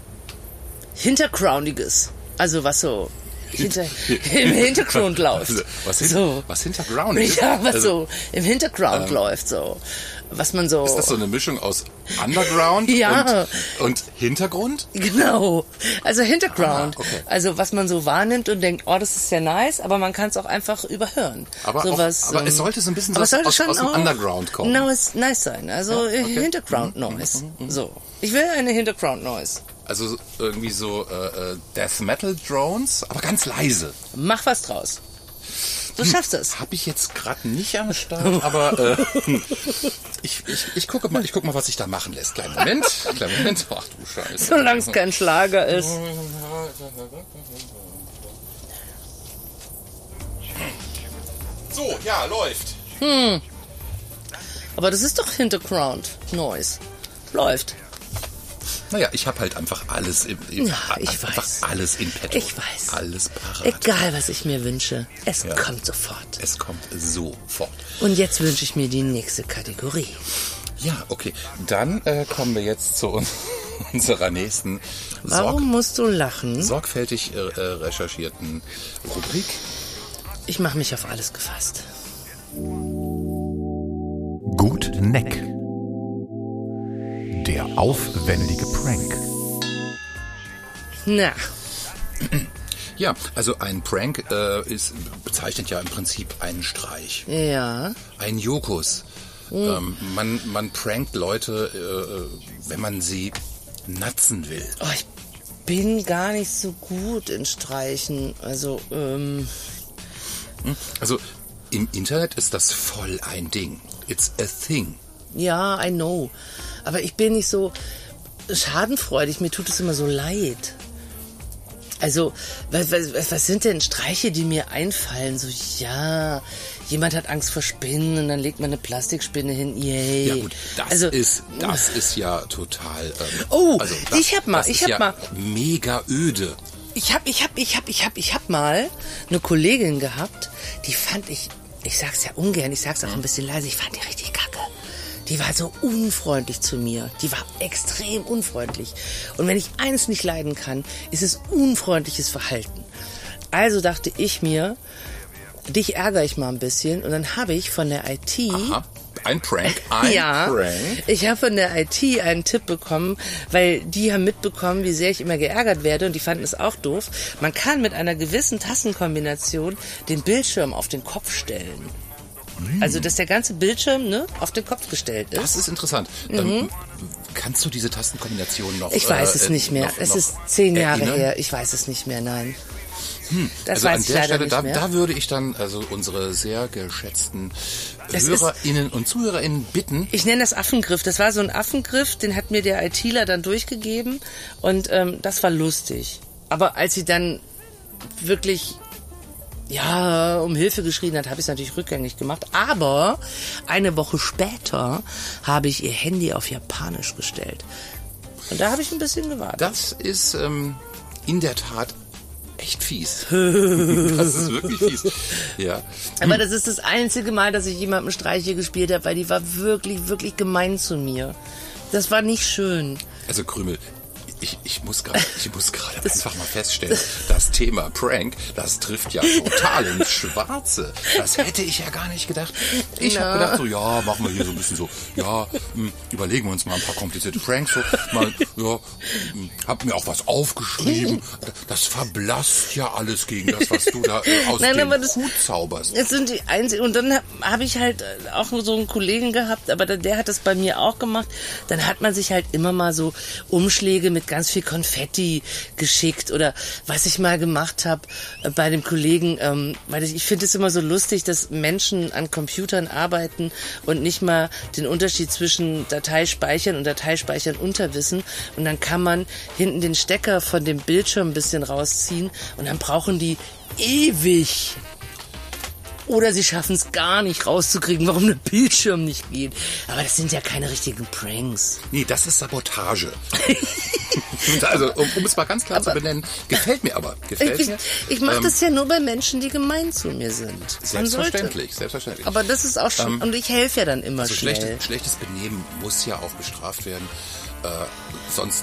Speaker 2: Hintergroundiges. Also was so hinter, [laughs]
Speaker 3: [laughs]
Speaker 2: im Hintergrund läuft.
Speaker 3: Also, Was, hin,
Speaker 2: so.
Speaker 3: was Hinterground
Speaker 2: [laughs]
Speaker 3: ist?
Speaker 2: Ja, was
Speaker 3: Also, ähm,
Speaker 2: so im Hintergrund läuft, so. Was man so.
Speaker 3: Ist das so eine Mischung aus Underground
Speaker 2: Ja.
Speaker 3: und, und Hintergrund?
Speaker 2: Genau. Also Hintergrund.
Speaker 3: Ah, okay.
Speaker 2: Also was man so wahrnimmt und denkt, oh, das ist ja nice, aber man kann es auch einfach überhören.
Speaker 3: Aber
Speaker 2: so
Speaker 3: auch-
Speaker 2: was,
Speaker 3: aber
Speaker 2: ähm,
Speaker 3: es sollte so ein bisschen
Speaker 2: aber
Speaker 3: so
Speaker 2: es sollte
Speaker 3: aus-
Speaker 2: schon
Speaker 3: aus dem
Speaker 2: auch
Speaker 3: Underground kommen.
Speaker 2: Nice, nice sein. Also
Speaker 3: Ja, okay. Mhm,
Speaker 2: Hinterground Noise. So. Ich will eine Hinterground Noise.
Speaker 3: Also irgendwie so äh, äh, Death Metal Drones, aber ganz leise.
Speaker 2: Mach was draus. Du schaffst es. [laughs]
Speaker 3: Habe ich jetzt gerade nicht am Start, aber äh, [laughs] ich, ich, ich gucke mal, ich guck mal, was sich da machen lässt. Kleinen Moment, kleinen Moment. Ach du Scheiße.
Speaker 2: Solange es kein Schlager ist.
Speaker 3: So, ja, läuft.
Speaker 2: Aber das ist doch Hinterground Noise. Läuft.
Speaker 3: Naja, ich habe halt einfach alles im, im
Speaker 2: Ja, ich
Speaker 3: einfach
Speaker 2: weiß.
Speaker 3: alles in petto.
Speaker 2: Ich weiß.
Speaker 3: Alles parat.
Speaker 2: Egal, was ich mir wünsche. Es
Speaker 3: Ja.
Speaker 2: kommt sofort.
Speaker 3: Es kommt sofort.
Speaker 2: Und jetzt wünsche ich mir die nächste Kategorie.
Speaker 3: Ja, okay. Dann äh, kommen wir jetzt zu un [laughs] unserer nächsten
Speaker 2: Warum
Speaker 3: sorg
Speaker 2: musst du lachen?
Speaker 3: sorgfältig äh, äh, recherchierten Rubrik.
Speaker 2: Ich mache mich auf alles gefasst.
Speaker 6: Gut Neck. Der aufwendige Prank.
Speaker 2: Na,
Speaker 3: Ja, also ein Prank äh, ist, bezeichnet ja im Prinzip einen Streich.
Speaker 2: ja.
Speaker 3: ein Jokus.
Speaker 2: Oh.
Speaker 3: Ähm, man, man prankt Leute, äh, wenn man sie natzen will.
Speaker 2: Oh, ich bin gar nicht so gut in Streichen. Also, ähm,
Speaker 3: Also im Internet ist das voll ein Ding. It's a thing.
Speaker 2: ja, I know. Aber ich bin nicht so schadenfreudig. Mir tut es immer so leid. Also, was, was, was sind denn Streiche, die mir einfallen? So, ja, jemand hat Angst vor Spinnen und dann legt man eine Plastikspinne hin. Yay. Also, hm.
Speaker 3: Ja gut, das ist das ist ja total. Ähm,
Speaker 2: mm. Oh,
Speaker 3: das,
Speaker 2: ich hab mal,
Speaker 3: das
Speaker 2: ich
Speaker 3: ist
Speaker 2: hab
Speaker 3: ja
Speaker 2: mal.
Speaker 3: Mega öde.
Speaker 2: Ich hab, ich hab, ich hab, ich hab, ich hab mal eine Kollegin gehabt, die fand ich, ich sag's ja ungern, ich sag's auch ein bisschen leise, ich fand die richtig kacke. Die war so unfreundlich zu mir. Die war extrem unfreundlich. Und wenn ich eines nicht leiden kann, ist es unfreundliches Verhalten. Also dachte ich mir, dich ärgere ich mal ein bisschen. Und dann habe ich von der IT
Speaker 3: Aha. Ein Prank, ein
Speaker 2: ja,
Speaker 3: Prank.
Speaker 2: ich habe von der IT einen Tipp bekommen, weil die haben mitbekommen, wie sehr ich immer geärgert werde und die fanden es auch doof. Man kann mit einer gewissen Tastenkombination den Bildschirm auf den Kopf stellen. Also, dass der ganze Bildschirm ne, auf den Kopf gestellt ist.
Speaker 3: Das ist interessant. Ähm, kannst du diese Tastenkombination noch?
Speaker 2: Mhm. ich weiß
Speaker 3: äh,
Speaker 2: es nicht mehr.
Speaker 3: noch-
Speaker 2: es
Speaker 3: noch
Speaker 2: ist zehn Jahre
Speaker 3: erinnern?
Speaker 2: her. Ich weiß es nicht mehr, nein. Das
Speaker 3: also
Speaker 2: weiß
Speaker 3: an
Speaker 2: ich
Speaker 3: der
Speaker 2: leider
Speaker 3: Stelle,
Speaker 2: nicht
Speaker 3: da,
Speaker 2: mehr.
Speaker 3: da würde ich dann also unsere sehr geschätzten
Speaker 2: Das ist-
Speaker 3: HörerInnen und ZuhörerInnen bitten,
Speaker 2: Ich nenne das Affengriff. Das war so ein Affengriff, den hat mir der ITler dann durchgegeben und ähm, das war lustig. Aber als sie dann wirklich ja, um Hilfe geschrien hat, habe ich es natürlich rückgängig gemacht. Aber eine Woche später habe ich ihr Handy auf Japanisch gestellt. Und da habe ich ein bisschen gewartet.
Speaker 3: das ist ähm, in der Tat echt fies. [laughs] das ist wirklich fies. Ja.
Speaker 2: Aber das ist das einzige Mal, dass ich jemandem Streiche gespielt habe, weil die war wirklich, wirklich gemein zu mir. Das war nicht schön.
Speaker 3: Also Krümel, ich, ich muss gerade ich muss gerade einfach mal feststellen, das Thema Prank, das trifft ja total ins Schwarze. Das hätte ich ja gar nicht gedacht. Ich habe gedacht so, ja, machen wir hier so ein bisschen so, ja, hm, überlegen wir uns mal ein paar komplizierte Pranks so, mal, ja, hm, hab mir auch was aufgeschrieben. Das verblasst ja alles gegen das, was du da äh, aus
Speaker 2: Nein,
Speaker 3: dem
Speaker 2: aber das-
Speaker 3: Hut zauberst.
Speaker 2: Das sind die einzigen. Und dann habe hab ich halt äh, auch so einen Kollegen gehabt, aber der, der hat das bei mir auch gemacht. Dann hat man sich halt immer mal so Umschläge mit ganz viel Konfetti geschickt oder was ich mal gemacht habe äh, bei dem Kollegen, ähm, weil ich, ich finde es immer so lustig, dass Menschen an Computern arbeiten und nicht mal den Unterschied zwischen Dateispeichern und Dateispeichern unterwissen. Und dann kann man hinten den Stecker von dem Bildschirm ein bisschen rausziehen und dann brauchen die ewig oder sie schaffen es gar nicht rauszukriegen, warum der Bildschirm nicht geht. Aber das sind ja keine richtigen Pranks.
Speaker 3: Nee, das
Speaker 2: [laughs]
Speaker 3: ist Sabotage. also, um, um es mal ganz klar zu benennen, gefällt mir aber. Gefällt
Speaker 2: Ich,
Speaker 3: mir.
Speaker 2: ich mache
Speaker 3: Ähm,
Speaker 2: das ja nur bei Menschen, die gemein zu mir sind. Man
Speaker 3: Selbstverständlich, Ähm. Also selbstverständlich.
Speaker 2: Sollte. Aber das ist auch schon. und ich helfe ja dann immer
Speaker 3: so
Speaker 2: schnell.
Speaker 3: schlechtes, schlechtes Benehmen muss ja auch bestraft werden. Äh, sonst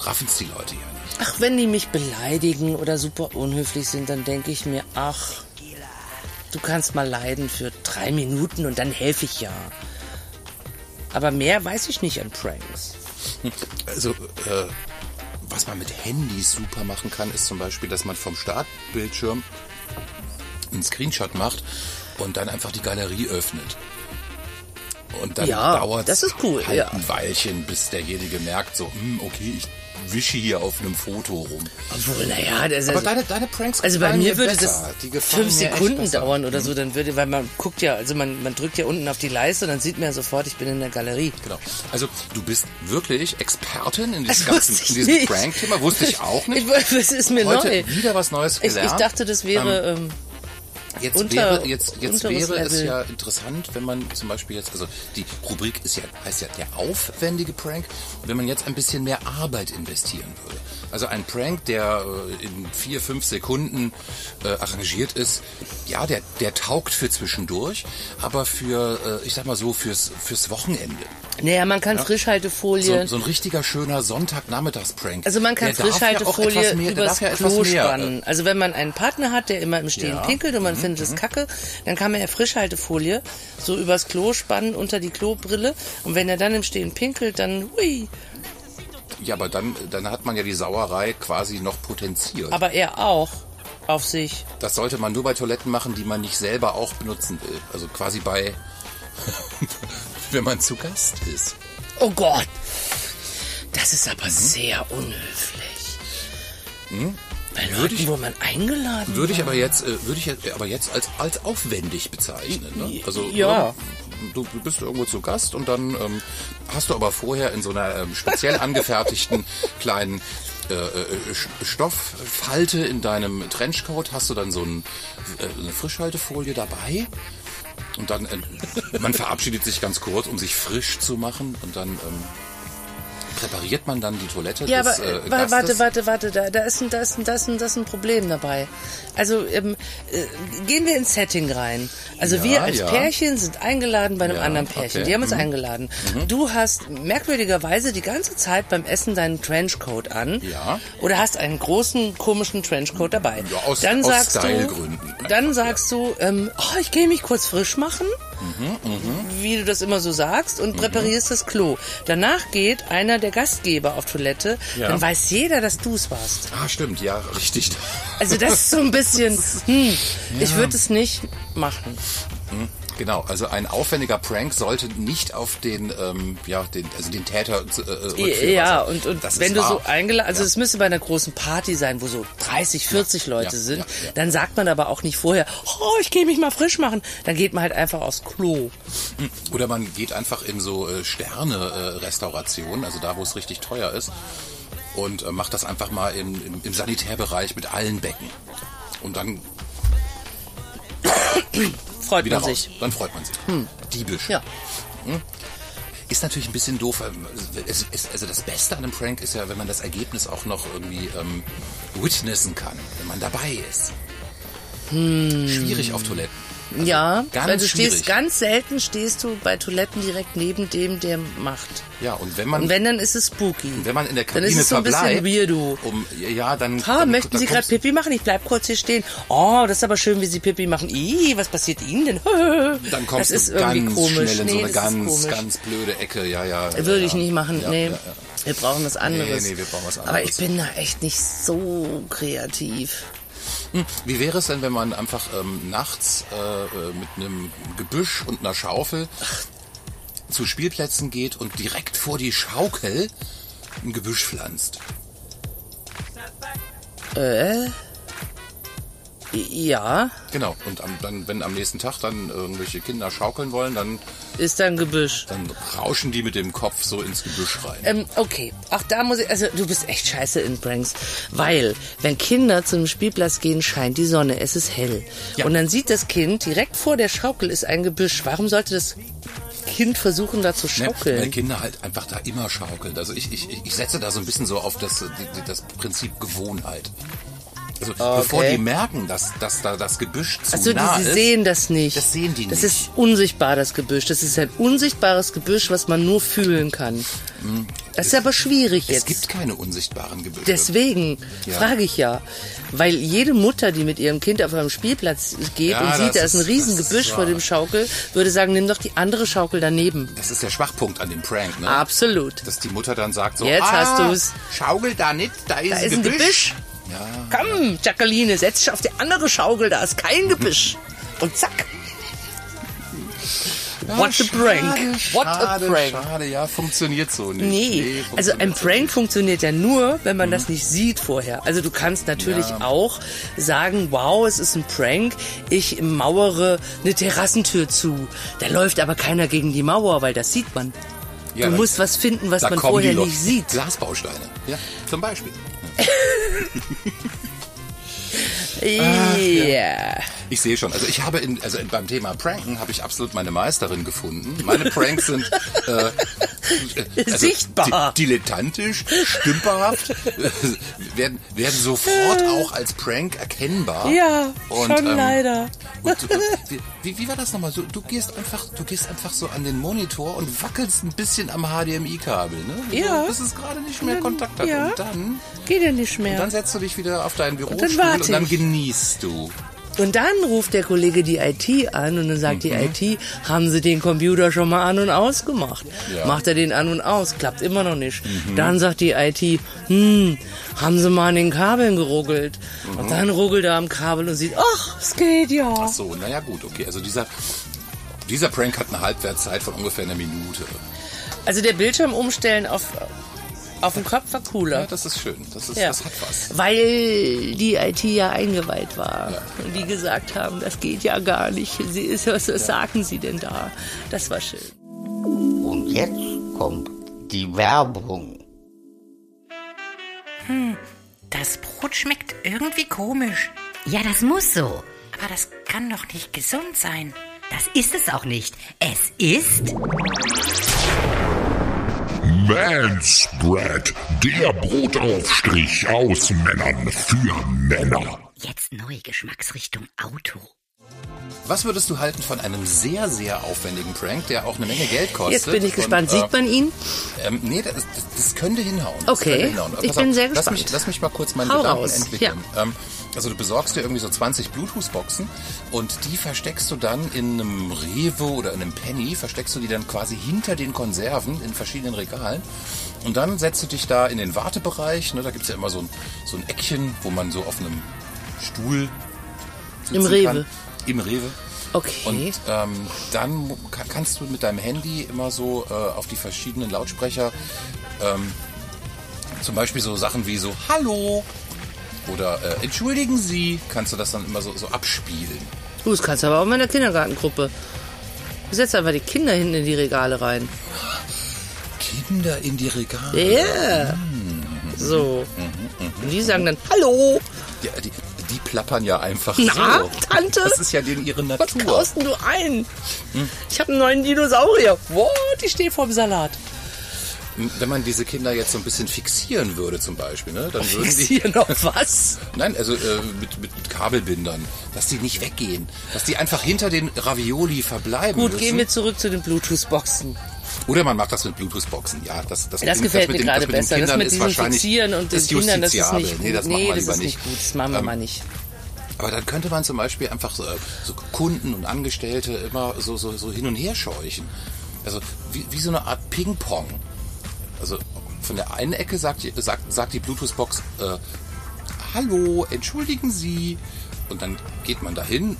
Speaker 3: raffen es die Leute ja nicht.
Speaker 2: Ach, wenn die mich beleidigen oder super unhöflich sind, dann denke ich mir, ach, du kannst mal leiden für drei Minuten und dann helfe ich ja. Aber mehr weiß ich nicht an Pranks. [laughs]
Speaker 3: Also, äh, was man mit Handys super machen kann, ist zum Beispiel, dass man vom Startbildschirm einen Screenshot macht und dann einfach die Galerie öffnet. Und dann
Speaker 2: Ja,
Speaker 3: dauert
Speaker 2: das ist cool,
Speaker 3: halt
Speaker 2: ja.
Speaker 3: ein Weilchen, bis derjenige merkt, so, hm, okay, ich wische hier auf einem Foto rum.
Speaker 2: Obwohl, naja, das ist
Speaker 3: Aber deine, deine Pranks
Speaker 2: Also bei
Speaker 3: gefallen
Speaker 2: mir würde
Speaker 3: besser. Die
Speaker 2: das
Speaker 3: gefallen
Speaker 2: fünf
Speaker 3: mir echt
Speaker 2: Sekunden
Speaker 3: besser. Mhm.
Speaker 2: dauern oder so, dann würde, weil man guckt ja, also man, man drückt ja unten auf die Leiste und dann sieht man ja sofort, ich bin in der Galerie.
Speaker 3: Genau. Also du bist wirklich Expertin in diesem
Speaker 2: Das Also wusste
Speaker 3: ganzen
Speaker 2: ich
Speaker 3: in diesem
Speaker 2: nicht.
Speaker 3: Prank-Thema. Wusste ich auch nicht.
Speaker 2: Ich, wollte- das ist mir
Speaker 3: Heute
Speaker 2: neu.
Speaker 3: wieder was Neues
Speaker 2: ich,
Speaker 3: gelernt.
Speaker 2: ich dachte, das wäre, ähm,
Speaker 3: Jetzt
Speaker 2: Unter-
Speaker 3: wäre, jetzt, jetzt
Speaker 2: unteres
Speaker 3: wäre es
Speaker 2: Level.
Speaker 3: ja interessant, wenn man zum Beispiel jetzt, also die Rubrik ist ja, heißt ja der aufwendige Prank, wenn man jetzt ein bisschen mehr Arbeit investieren würde. Also ein Prank, der äh, in vier, fünf Sekunden äh, arrangiert ist, ja, der, der taugt für zwischendurch, aber für, äh, ich sag mal so, fürs, fürs Wochenende.
Speaker 2: ähm, naja, man kann Frischhaltefolie,
Speaker 3: So, so ein richtiger schöner Sonntagnachmittags-Prank.
Speaker 2: also man kann
Speaker 3: Der darf ja auch etwas
Speaker 2: Frischhaltefolie
Speaker 3: mehr- der
Speaker 2: übers
Speaker 3: darf ja etwas
Speaker 2: Klo
Speaker 3: mehr, äh,
Speaker 2: spannen. Also wenn man einen Partner hat, der immer im Stehen
Speaker 3: Ja. Mhm,
Speaker 2: pinkelt und man findet es kacke, dann kann man ja Frischhaltefolie so übers Klo spannen, unter die Klobrille und wenn er dann im Stehen pinkelt, dann hui,
Speaker 3: Ja, aber dann, dann hat man ja die Sauerei quasi noch potenziert.
Speaker 2: aber er auch auf sich.
Speaker 3: Das sollte man nur bei Toiletten machen, die man nicht selber auch benutzen will. Also quasi bei, [laughs] wenn man zu Gast ist.
Speaker 2: Oh Gott. Das ist aber sehr unhöflich. Bei Leuten, wo man eingeladen
Speaker 3: Hm? Würde ich aber jetzt, äh, würde ich jetzt- aber jetzt als, als aufwendig bezeichnen. Ne? Also
Speaker 2: Ja.
Speaker 3: ähm, Du bist irgendwo zu Gast und dann ähm, hast du aber vorher in so einer
Speaker 2: [laughs]
Speaker 3: ähm, speziell angefertigten kleinen äh, äh, Sch- Stofffalte in deinem Trenchcoat hast du dann so ein, äh, eine Frischhaltefolie dabei und dann äh, man verabschiedet sich ganz kurz, um sich frisch zu machen und dann ähm, präpariert man dann die Toilette
Speaker 2: Ja,
Speaker 3: des
Speaker 2: aber
Speaker 3: äh,
Speaker 2: äh, wa-
Speaker 3: Gastes.
Speaker 2: warte, warte, warte, da, da ist ein, da ist ein, da ist ein, da ist ein Problem dabei. Also ähm, äh, gehen wir ins Setting rein. Also
Speaker 3: Ja,
Speaker 2: wir als
Speaker 3: ja.
Speaker 2: Pärchen sind eingeladen bei einem
Speaker 3: Ja,
Speaker 2: anderen Pärchen.
Speaker 3: okay. Mhm.
Speaker 2: Die haben uns eingeladen. Du hast merkwürdigerweise die ganze Zeit beim Essen deinen Trenchcoat an.
Speaker 3: Ja.
Speaker 2: Oder hast einen großen komischen Trenchcoat dabei.
Speaker 3: Ja, aus-
Speaker 2: dann
Speaker 3: aus
Speaker 2: sagst
Speaker 3: Stylegründen
Speaker 2: du,
Speaker 3: einfach,
Speaker 2: dann
Speaker 3: ja.
Speaker 2: sagst du, ähm, oh, ich gehe mich kurz frisch machen wie du das immer so sagst, und präparierst das Klo. Danach geht einer der Gastgeber auf Toilette,
Speaker 3: Ja.
Speaker 2: dann weiß jeder, dass du es warst.
Speaker 3: Ah, stimmt, ja, richtig.
Speaker 2: Also das ist so ein
Speaker 3: [laughs]
Speaker 2: bisschen, hm, ich würde es nicht machen.
Speaker 3: Genau, also ein aufwendiger Prank sollte nicht auf den, ähm, ja, den, also den Täter zu, äh, rückführbar
Speaker 2: Ja,
Speaker 3: sein.
Speaker 2: und, und
Speaker 3: Das
Speaker 2: wenn
Speaker 3: ist
Speaker 2: du
Speaker 3: wahr.
Speaker 2: so eingeladen, also
Speaker 3: Ja.
Speaker 2: es müsste bei einer großen Party sein, wo so 30, 40 Leute
Speaker 3: ja,
Speaker 2: sind,
Speaker 3: ja, ja.
Speaker 2: dann sagt man aber auch nicht vorher, oh, ich gehe mich mal frisch machen, dann geht man halt einfach aufs Klo.
Speaker 3: Oder man geht einfach in so äh, Sterne-Restaurationen, also da, wo es richtig teuer ist, und äh, macht das einfach mal im, im, im Sanitärbereich mit allen Becken. Und dann
Speaker 2: Freut
Speaker 3: wieder
Speaker 2: man
Speaker 3: raus.
Speaker 2: sich. Hm.
Speaker 3: Dann freut man sich. Diebisch. Hm?
Speaker 2: Ja.
Speaker 3: Ist natürlich ein bisschen doof. ähm, Es ist, also das Beste an einem Prank ist ja, wenn man das Ergebnis auch noch irgendwie ähm, witnessen kann, wenn man dabei ist.
Speaker 2: Hm.
Speaker 3: Schwierig auf Toiletten. Also
Speaker 2: ja,
Speaker 3: ganz
Speaker 2: weil du
Speaker 3: schwierig.
Speaker 2: stehst, ganz selten stehst du bei Toiletten direkt neben dem, der macht.
Speaker 3: Ja, und wenn man
Speaker 2: Und wenn, dann ist es spooky.
Speaker 3: wenn man in der
Speaker 2: Dann
Speaker 3: Kabine
Speaker 2: ist es so ein bisschen
Speaker 3: verbleibt,
Speaker 2: weirdo.
Speaker 3: um ja, dann
Speaker 2: Ha,
Speaker 3: dann,
Speaker 2: möchten
Speaker 3: dann
Speaker 2: Sie gerade
Speaker 3: kommst-
Speaker 2: Pipi machen? Ich bleib kurz hier stehen. Oh, das ist aber schön, wie Sie Pipi machen. Ih, was passiert Ihnen denn? [laughs]
Speaker 3: dann kommst
Speaker 2: das ist
Speaker 3: du
Speaker 2: irgendwie
Speaker 3: ganz
Speaker 2: komisch.
Speaker 3: schnell in so
Speaker 2: nee,
Speaker 3: eine
Speaker 2: das ist
Speaker 3: ganz,
Speaker 2: komisch. Äh,
Speaker 3: ganz blöde Ecke. Ja, ja. ja,
Speaker 2: Würde
Speaker 3: ja.
Speaker 2: ich nicht machen,
Speaker 3: Ja,
Speaker 2: nee.
Speaker 3: Ja, ja.
Speaker 2: Wir brauchen was anderes.
Speaker 3: nee, wir brauchen was
Speaker 2: Aber
Speaker 3: anderes.
Speaker 2: ich bin da echt nicht so kreativ.
Speaker 3: Wie wäre es denn, wenn man einfach ähm, nachts äh, äh, mit einem Gebüsch und einer Schaufel zu Spielplätzen geht und direkt vor die Schaukel ein Gebüsch pflanzt?
Speaker 2: Äh? Ja,
Speaker 3: Genau. Und am, dann, wenn am nächsten Tag dann irgendwelche Kinder schaukeln wollen, dann,
Speaker 2: ist da ein Gebüsch.
Speaker 3: dann rauschen die mit dem Kopf so ins Gebüsch rein. Ne?
Speaker 2: Ähm, okay, auch da muss ich, also du bist echt scheiße in Pranks, weil wenn Kinder zum Spielplatz gehen, scheint die Sonne, es ist hell.
Speaker 3: Ja.
Speaker 2: Und dann sieht das Kind, direkt vor der Schaukel ist ein Gebüsch. Warum sollte das Kind versuchen, da zu
Speaker 3: Ne? Weil
Speaker 2: Äh, schaukeln?
Speaker 3: Kinder halt einfach da immer schaukeln. Also ich, ich, ich setze da so ein bisschen so auf das, die- die- das Prinzip Gewohnheit. Also
Speaker 2: Ah,
Speaker 3: bevor die merken, dass, dass da das Gebüsch zu
Speaker 2: Also
Speaker 3: nah
Speaker 2: die, sie
Speaker 3: ist.
Speaker 2: sehen das nicht.
Speaker 3: Das sehen die
Speaker 2: Das
Speaker 3: nicht.
Speaker 2: ist unsichtbar, das Gebüsch. Das ist ein unsichtbares Gebüsch, was man nur fühlen kann. Das ist aber schwierig
Speaker 3: Mhm. es
Speaker 2: jetzt.
Speaker 3: gibt keine unsichtbaren Gebüsche.
Speaker 2: Deswegen
Speaker 3: Ja.
Speaker 2: frage ich ja, weil jede Mutter, die mit ihrem Kind auf einem Spielplatz geht
Speaker 3: Ja,
Speaker 2: und sieht,
Speaker 3: das
Speaker 2: da ist ein
Speaker 3: ist- das ist
Speaker 2: Riesengebüsch vor
Speaker 3: wahr.
Speaker 2: dem Schaukel, würde sagen, nimm doch die andere Schaukel daneben.
Speaker 3: das ist der Schwachpunkt an dem Prank, ne?
Speaker 2: Absolut.
Speaker 3: Dass die Mutter dann sagt so,
Speaker 2: Jetzt
Speaker 3: ah,
Speaker 2: hast du's.
Speaker 3: schaugel da nicht, da ist,
Speaker 2: Da ist ein Gebüsch. Komm, Jacqueline, setz dich auf die andere Schaukel, da ist kein Gebüsch. Und zack. What a prank. What a
Speaker 3: schade,
Speaker 2: prank.
Speaker 3: Schade, ja, funktioniert so nicht.
Speaker 2: Nee, also
Speaker 3: funktioniert Mhm.
Speaker 2: ein
Speaker 3: so
Speaker 2: Prank funktioniert ja nur, wenn man das nicht sieht vorher. Also du kannst natürlich auch sagen, wow, es ist ein Prank, ich mauere eine Terrassentür zu. Da läuft aber keiner gegen die Mauer, weil das sieht man.
Speaker 3: nicht. Ja,
Speaker 2: du
Speaker 3: da-
Speaker 2: musst was finden, was
Speaker 3: da
Speaker 2: man
Speaker 3: kommen
Speaker 2: vorher
Speaker 3: die Leute-
Speaker 2: nicht sieht.
Speaker 3: Glasbausteine, ja, zum Beispiel.
Speaker 2: Yeah.
Speaker 3: Ich sehe schon. Also ich habe in, also in, beim Thema Pranken habe ich absolut meine Meisterin gefunden. Meine Pranks sind äh,
Speaker 2: [laughs]
Speaker 3: äh,
Speaker 2: Sichtbar.
Speaker 3: di dilettantisch, stümperhaft, äh, werden, werden sofort auch als Prank erkennbar.
Speaker 2: Äh. Ja, schon
Speaker 3: ähm,
Speaker 2: leider.
Speaker 3: Und, du- wie- wie, wie war das nochmal? Du, du gehst einfach, du gehst einfach so an den Monitor und wackelst ein bisschen am HDMI-Kabel, ne?
Speaker 2: Ja.
Speaker 3: Bis es gerade nicht mehr Kontakt hat.
Speaker 2: ja.
Speaker 3: Und dann,
Speaker 2: Geht ja nicht mehr.
Speaker 3: und dann setzt du dich wieder auf deinen Bürostuhl
Speaker 2: warte
Speaker 3: und dann
Speaker 2: ich.
Speaker 3: genießt du.
Speaker 2: Und dann ruft der Kollege die IT an und dann sagt
Speaker 3: Mhm.
Speaker 2: die IT, haben Sie den Computer schon mal an und aus gemacht?
Speaker 3: Ja. Mhm.
Speaker 2: Macht er den an und aus, klappt immer noch nicht. Dann sagt die IT, hm, haben Sie mal an den Kabeln geruckelt? Und dann ruckelt er am Kabel und sieht, ach, es geht ja.
Speaker 3: Mhm. Ach so, naja gut, okay. Also dieser, dieser Prank hat eine Halbwertszeit von ungefähr einer Minute.
Speaker 2: Also der Bildschirm umstellen auf, auf den Kopf war cooler.
Speaker 3: Ja, das ist schön. Das, ist,
Speaker 2: Ja.
Speaker 3: das hat was.
Speaker 2: Weil die IT ja eingeweiht war und die gesagt haben, das geht ja gar nicht. Sie ist, was was sagen Sie denn da? Das war schön.
Speaker 7: Und jetzt kommt die Werbung.
Speaker 8: Das Brot schmeckt irgendwie komisch.
Speaker 9: Ja, das muss so.
Speaker 8: Aber das kann doch nicht gesund sein.
Speaker 9: Das ist es auch nicht. Es ist
Speaker 4: Manspread, der Brotaufstrich aus Männern für Männer.
Speaker 9: jetzt neue Geschmacksrichtung Auto.
Speaker 3: Was würdest du halten von einem sehr, sehr aufwendigen Prank, der auch eine Menge Geld kostet?
Speaker 2: Jetzt bin ich gespannt.
Speaker 3: Und, äh,
Speaker 2: Sieht man ihn?
Speaker 3: Ähm, nee, das, das, das könnte hinhauen.
Speaker 2: Okay.
Speaker 3: Das könnte hinhauen. Aber
Speaker 2: Ich
Speaker 3: pass
Speaker 2: bin sehr
Speaker 3: lass
Speaker 2: gespannt.
Speaker 3: Mich, lass mich mal kurz meinen
Speaker 2: Hau
Speaker 3: Gedanken
Speaker 2: raus.
Speaker 3: entwickeln. Ähm, also du besorgst dir irgendwie so 20 Bluetooth-Boxen und die versteckst du dann in einem Rewe oder in einem Penny, versteckst du die dann quasi hinter den Konserven in verschiedenen Regalen. Und dann setzt du dich da in den Wartebereich. Ne, da gibt's ja immer so ein, so ein Eckchen, wo man so auf einem Stuhl sitzen
Speaker 2: Im Rewe.
Speaker 3: Kann. Im Rewe.
Speaker 2: Okay.
Speaker 3: Und ähm, dann mu- ka- kannst du mit deinem Handy immer so äh, auf die verschiedenen Lautsprecher ähm, zum Beispiel so Sachen wie so Hallo oder äh, Entschuldigen Sie, kannst du das dann immer so, so abspielen.
Speaker 2: Du, das kannst du aber auch mal in der Kindergartengruppe. Du setzt einfach die Kinder hinten in die Regale rein.
Speaker 3: Kinder in die Regale.
Speaker 2: Yeah. So. Und die sagen dann, hallo,
Speaker 3: Ja, die, die plappern ja einfach
Speaker 2: Na,
Speaker 3: so.
Speaker 2: Tante?
Speaker 3: Das ist ja denen ihre
Speaker 2: was
Speaker 3: Natur.
Speaker 2: kaust denn du ein?
Speaker 3: Hm.
Speaker 2: Ich habe einen neuen Dinosaurier. What? Ich stehe vorm Salat.
Speaker 3: Wenn man diese Kinder jetzt so ein bisschen fixieren würde zum Beispiel, ne, dann würden die,
Speaker 2: Hier noch was?
Speaker 3: Nein, also äh, mit, mit, mit Kabelbindern, dass die nicht weggehen, dass die einfach hinter den Ravioli verbleiben
Speaker 2: Gut,
Speaker 3: müssen.
Speaker 2: gehen wir zurück zu den Bluetooth-Boxen.
Speaker 3: Oder man macht das mit Bluetooth-Boxen, ja. Das, das, mit
Speaker 2: Das
Speaker 3: den-
Speaker 2: gefällt
Speaker 3: mit
Speaker 2: mir
Speaker 3: den-
Speaker 2: gerade
Speaker 3: das mit den
Speaker 2: besser. Das
Speaker 3: Kindern
Speaker 2: mit
Speaker 3: ist
Speaker 2: diesem
Speaker 3: wahrscheinlich-
Speaker 2: Fixieren und den
Speaker 3: ist
Speaker 2: Kindern, das ist
Speaker 3: justiziabel.
Speaker 2: nicht gut.
Speaker 3: Nee, das machen
Speaker 2: nee,
Speaker 3: wir
Speaker 2: das
Speaker 3: lieber
Speaker 2: ist nicht gut. Das machen wir
Speaker 3: Ähm,
Speaker 2: mal nicht.
Speaker 3: Aber dann könnte man zum Beispiel einfach so, so Kunden und Angestellte immer so, so, so hin und her scheuchen. Also wie, wie so eine Art Ping-Pong. Also von der einen Ecke sagt, die- sagt, sagt die Bluetooth-Box, äh, hallo, entschuldigen Sie. Und dann geht man dahin,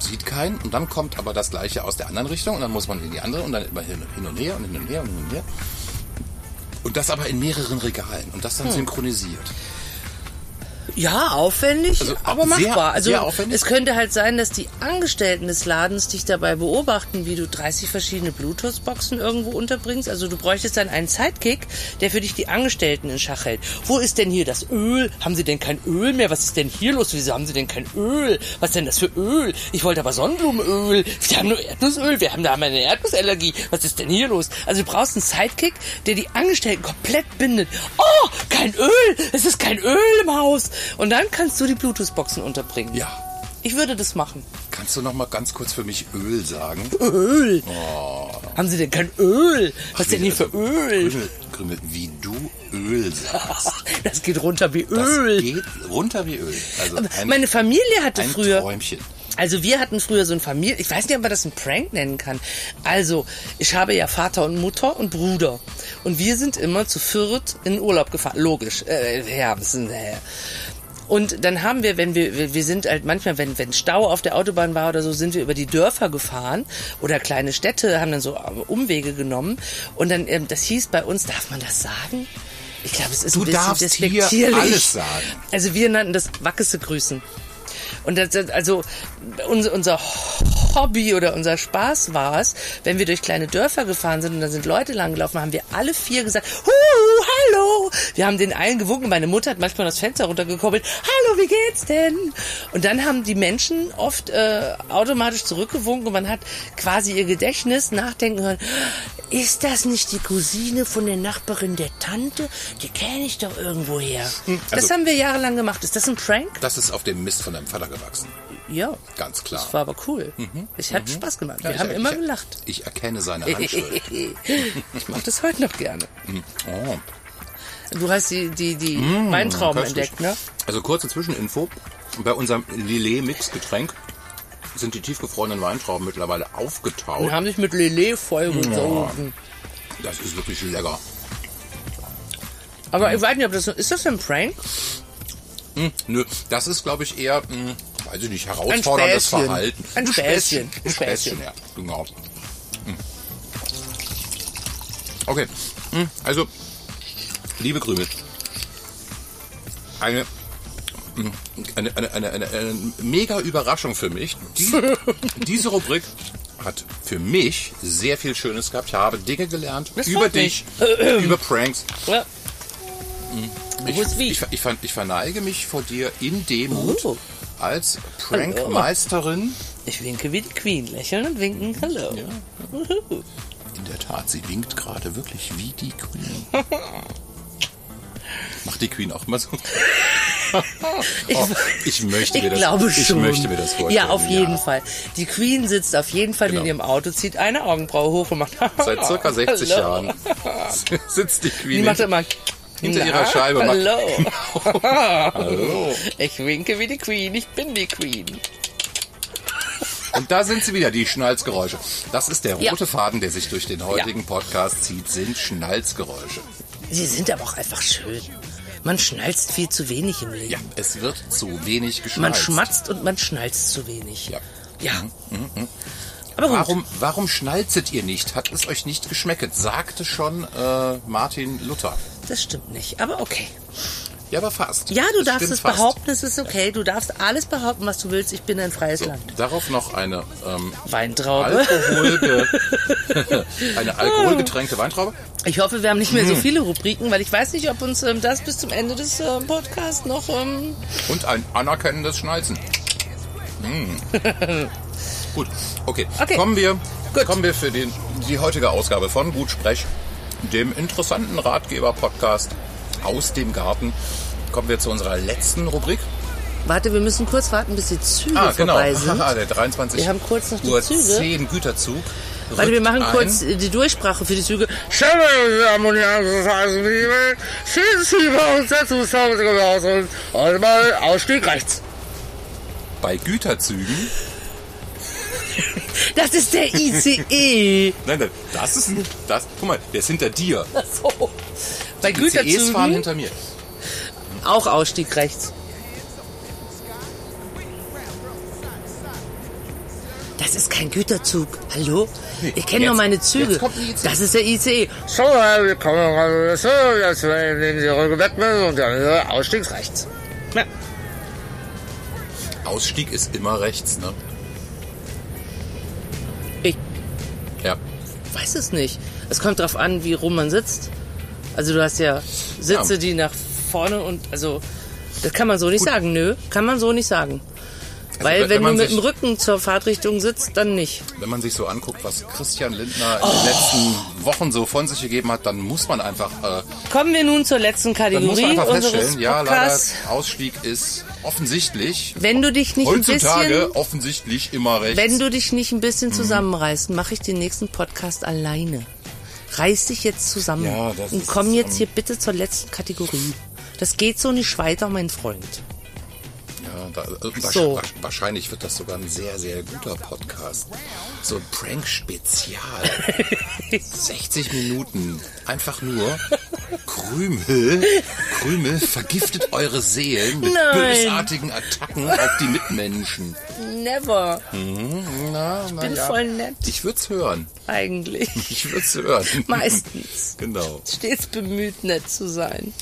Speaker 3: sieht keinen und dann kommt aber das gleiche aus der anderen Richtung und dann muss man in die andere und dann immer hin hin und her und hin und her und hin und her. Und das aber in mehreren Regalen und das dann synchronisiert.
Speaker 2: Ja, aufwendig,
Speaker 3: Also,
Speaker 2: aber
Speaker 3: sehr-
Speaker 2: machbar. Also
Speaker 3: sehr aufwendig.
Speaker 2: es könnte halt sein, dass die Angestellten des Ladens dich dabei beobachten, wie du 30 verschiedene Bluetooth-Boxen irgendwo unterbringst. Also du bräuchtest dann einen Sidekick, der für dich die Angestellten in Schach hält. Wo ist denn hier das Öl? Haben sie denn kein Öl mehr? Was ist denn hier los? Wieso haben sie denn kein Öl? Was ist denn das für Öl? Ich wollte aber Sonnenblumenöl. Wir haben nur Erdnussöl. Wir haben da eine Erdnussallergie. Was ist denn hier los? Also du brauchst einen Sidekick, der die Angestellten komplett bindet. Oh, kein Öl. Es ist kein Öl im Haus. Und dann kannst du die Bluetooth-Boxen unterbringen.
Speaker 3: Ja.
Speaker 2: Ich würde das machen.
Speaker 3: Kannst du noch mal ganz kurz für mich Öl sagen?
Speaker 2: Öl. Haben Sie denn kein Öl? Was denn
Speaker 3: Oh. Nee,
Speaker 2: hier für
Speaker 3: also, [laughs]
Speaker 2: Öl?
Speaker 3: Krümel, Krümel, wie du Öl sagst.
Speaker 2: Das geht runter wie
Speaker 3: Das
Speaker 2: Öl.
Speaker 3: geht runter wie Öl. Also ein,
Speaker 2: Meine Familie hatte
Speaker 3: ein
Speaker 2: früher.
Speaker 3: Träumchen.
Speaker 2: Also wir hatten früher so ein Familie, ich weiß nicht, ob man das einen Prank nennen kann. Also, ich habe ja Vater und Mutter und Bruder. Und wir sind immer zu viert in Urlaub gefahren. Logisch. Äh, ja, was denn, äh. Und dann haben wir, wenn wir, wir- wir sind halt manchmal, wenn, wenn Stau auf der Autobahn war oder so, sind wir über die Dörfer gefahren oder kleine Städte, haben dann so äh, Umwege genommen. Und dann, ähm, das hieß bei uns, darf man das sagen? Ich glaube, es ist
Speaker 3: Du
Speaker 2: ein bisschen
Speaker 3: darfst hier
Speaker 2: despektierlich.
Speaker 3: alles sagen.
Speaker 2: Also wir nannten das Wackeste Grüßen. Und das, das, also unser, unser Hobby oder unser Spaß war es, wenn wir durch kleine Dörfer gefahren sind und da sind Leute langgelaufen, haben wir alle vier gesagt, Huhu, hallo. Wir haben den allen gewunken. Meine Mutter hat manchmal das Fenster runtergekoppelt. Hallo, wie geht's denn? Und dann haben die Menschen oft äh, automatisch zurückgewunken und man hat quasi ihr Gedächtnis nachdenken hören. Ist das nicht die Cousine von der Nachbarin der Tante? Die kenne ich doch irgendwo her. das haben wir jahrelang gemacht. Ist das ein Prank?
Speaker 3: Das ist auf dem Mist von deinem Vater gewachsen.
Speaker 2: Ja.
Speaker 3: Ganz klar.
Speaker 2: Das war aber cool. Es hat Spaß gemacht. Wir
Speaker 3: Mhm. Ja, ich-
Speaker 2: haben
Speaker 3: ich-
Speaker 2: immer
Speaker 3: ich-
Speaker 2: gelacht.
Speaker 3: Ich
Speaker 2: [laughs]
Speaker 3: erkenne seine Handschrift.
Speaker 2: ich mache das heute noch gerne.
Speaker 3: oh.
Speaker 2: Du hast die, die, die
Speaker 3: Mm,
Speaker 2: Weintrauben
Speaker 3: Köstlich.
Speaker 2: entdeckt, ne?
Speaker 3: Also kurze Zwischeninfo. Bei unserem Lillet-Mixgetränk sind die tiefgefrorenen Weintrauben mittlerweile aufgetaut.
Speaker 2: Und haben sich mit Lele vollgesogen.
Speaker 3: Das ist wirklich lecker. Mhm.
Speaker 2: Aber ich weiß nicht, ob das so, ist das ein Prank?
Speaker 3: Hm, nö, das ist, glaube ich, eher, hm, weiß ich nicht, herausforderndes
Speaker 2: Ein Späßchen.
Speaker 3: Verhalten.
Speaker 2: Ein Späßchen.
Speaker 3: Ein Späßchen,
Speaker 2: Späßchen.
Speaker 3: ja, genau. Hm. Okay, hm, also, liebe Krümel, eine, hm, eine, eine, eine, eine, eine mega Überraschung für mich. Die,
Speaker 2: [laughs]
Speaker 3: diese Rubrik hat für mich sehr viel Schönes gehabt. Ich habe Dinge gelernt
Speaker 2: Das
Speaker 3: über
Speaker 2: freut
Speaker 3: dich,
Speaker 2: mich.
Speaker 3: über Pranks.
Speaker 2: Ja.
Speaker 3: Ich,
Speaker 2: Wie's wie?
Speaker 3: ich, ich, ver- ich verneige mich vor dir in Demut
Speaker 2: Oh.
Speaker 3: als Prankmeisterin.
Speaker 2: Ich winke wie die Queen. Lächeln und winken. Hallo. Uhuhu.
Speaker 3: In der Tat, sie winkt gerade wirklich wie
Speaker 2: [laughs]
Speaker 3: die Queen. Macht die Queen auch mal so?
Speaker 2: [laughs]
Speaker 3: oh, ich möchte mir
Speaker 2: Ich
Speaker 3: das
Speaker 2: glaube
Speaker 3: ich
Speaker 2: schon.
Speaker 3: möchte mir das vorstellen.
Speaker 2: Ja, auf jeden Fall. Die Queen sitzt auf jeden Fall
Speaker 3: Genau.
Speaker 2: in ihrem Auto, zieht eine Augenbraue hoch und macht.
Speaker 3: Seit
Speaker 2: [laughs]
Speaker 3: circa 60
Speaker 2: Hallo.
Speaker 3: Jahren [laughs] sitzt die
Speaker 2: Die
Speaker 3: Queen.
Speaker 2: macht
Speaker 3: in-
Speaker 2: immer
Speaker 3: hinter
Speaker 2: na,
Speaker 3: ihrer Scheibe
Speaker 2: Hallo.
Speaker 3: macht- [laughs] Hallo.
Speaker 2: Ich winke wie die Queen. Ich bin die Queen.
Speaker 3: Und da sind sie wieder, die Schnalzgeräusche. Das ist der
Speaker 2: Ja.
Speaker 3: rote Faden, der sich durch den heutigen Podcast zieht, sind Schnalzgeräusche.
Speaker 2: Sie sind aber auch einfach schön. Man schnalzt viel zu wenig im Leben.
Speaker 3: Ja, es wird zu wenig geschnalzt.
Speaker 2: Man schmatzt und man schnalzt zu wenig.
Speaker 3: Ja. Mhm,
Speaker 2: Ja. Aber gut.
Speaker 3: Warum, warum schnalzet ihr nicht? Hat es euch nicht geschmecket? Sagte schon äh, Martin Luther.
Speaker 2: Das stimmt nicht. Aber okay.
Speaker 3: Ja, aber fast.
Speaker 2: Ja, du
Speaker 3: Es
Speaker 2: darfst
Speaker 3: stimmt
Speaker 2: es
Speaker 3: fast.
Speaker 2: behaupten, es ist okay. Du darfst alles behaupten, was du willst. Ich bin ein freies
Speaker 3: So,
Speaker 2: Land.
Speaker 3: darauf noch eine, ähm,
Speaker 2: Weintraube.
Speaker 3: Alkoholge eine alkoholgetränkte Weintraube.
Speaker 2: [laughs] Ich hoffe, wir haben nicht
Speaker 3: Hm.
Speaker 2: mehr so viele Rubriken, weil ich weiß nicht, ob uns ähm, das bis zum Ende des ähm, Podcasts noch. Ähm,
Speaker 3: Und ein anerkennendes Schnalzen. Mm.
Speaker 2: [laughs]
Speaker 3: Gut, okay.
Speaker 2: Okay.
Speaker 3: Kommen wir,
Speaker 2: Gut.
Speaker 3: Kommen wir für den, die heutige Ausgabe von Gut Sprech, dem interessanten Ratgeber-Podcast aus dem Garten. Kommen wir zu unserer letzten Rubrik.
Speaker 2: warte, wir müssen kurz warten, bis die Züge
Speaker 3: Ah, genau. [laughs]
Speaker 2: vorbei sind.
Speaker 3: Haha, der 23
Speaker 2: Wir haben kurz noch die
Speaker 3: Uhr
Speaker 2: Züge.
Speaker 3: 10 Güterzug.
Speaker 2: Warte, wir
Speaker 3: rückt
Speaker 2: machen
Speaker 3: ein.
Speaker 2: kurz äh, die Durchsprache für die Züge. Und halt mal Ausstieg rechts.
Speaker 3: Bei Güterzügen.
Speaker 2: Das ist der
Speaker 3: [laughs]
Speaker 2: E. ICE.
Speaker 3: Nein, nein, das ist ein. Das, guck mal, der ist hinter dir.
Speaker 2: Ach so. Bei
Speaker 3: Die CEs
Speaker 2: Güterzügen
Speaker 3: fahren hinter mir.
Speaker 2: auch Ausstieg rechts. Das ist kein Güterzug. Hallo? Ich kenne
Speaker 3: jetzt-
Speaker 2: doch meine Züge.
Speaker 3: jetzt kommt ein ICE.
Speaker 2: Das ist der E. ICE.
Speaker 10: So, willkommen raus. So, jetzt nehmen Sie Ihre Bettmütze und dann äh, ausstiegs rechts.
Speaker 3: Ausstieg ist immer rechts, ne?
Speaker 2: Ich
Speaker 3: Ja.
Speaker 2: weiß es nicht. Es kommt drauf an, wie rum man sitzt. Also du hast ja Sitze,
Speaker 3: Ja.
Speaker 2: die nach vorne und also das kann man so nicht sagen, nö, kann man so nicht sagen. Weil
Speaker 3: wenn
Speaker 2: wenn du
Speaker 3: man
Speaker 2: mit dem
Speaker 3: sich-
Speaker 2: Rücken zur Fahrtrichtung sitzt, dann nicht.
Speaker 3: Wenn man sich so anguckt, was Christian Lindner in den letzten Wochen so von sich gegeben hat, dann muss man einfach, äh,
Speaker 2: Kommen wir nun zur letzten
Speaker 3: dann muss man
Speaker 2: Kategorie
Speaker 3: einfach
Speaker 2: unseres
Speaker 3: feststellen, ja, leider,
Speaker 2: Podcasts.
Speaker 3: Ausstieg ist offensichtlich,
Speaker 2: Wenn du dich nicht ein bisschen,
Speaker 3: heutzutage offensichtlich immer recht.
Speaker 2: wenn du dich nicht ein bisschen zusammenreißt, mache ich den nächsten Podcast alleine. Reiß dich jetzt zusammen
Speaker 3: Ja, das
Speaker 2: und
Speaker 3: ist,
Speaker 2: komm jetzt
Speaker 3: ähm,
Speaker 2: hier bitte zur letzten Kategorie. Das geht so nicht weiter, mein Freund.
Speaker 3: Ja, da, äh,
Speaker 2: So.
Speaker 3: wahrsch- wahrsch- Wahrscheinlich wird das sogar ein sehr, sehr guter Podcast. So ein Prank-Spezial.
Speaker 2: [laughs]
Speaker 3: 60 Minuten. Einfach nur Krümel. Krümel vergiftet eure Seelen mit
Speaker 2: Nein.
Speaker 3: bösartigen Attacken auf die Mitmenschen. Hm,
Speaker 2: Never
Speaker 3: Na, na,
Speaker 2: bin
Speaker 3: Ah, ja.
Speaker 2: voll nett.
Speaker 3: Ich würd's hören. [laughs]
Speaker 2: eigentlich.
Speaker 3: Ich würd's hören.
Speaker 2: Meistens.
Speaker 3: [laughs] Genau.
Speaker 2: Stets bemüht, nett zu sein.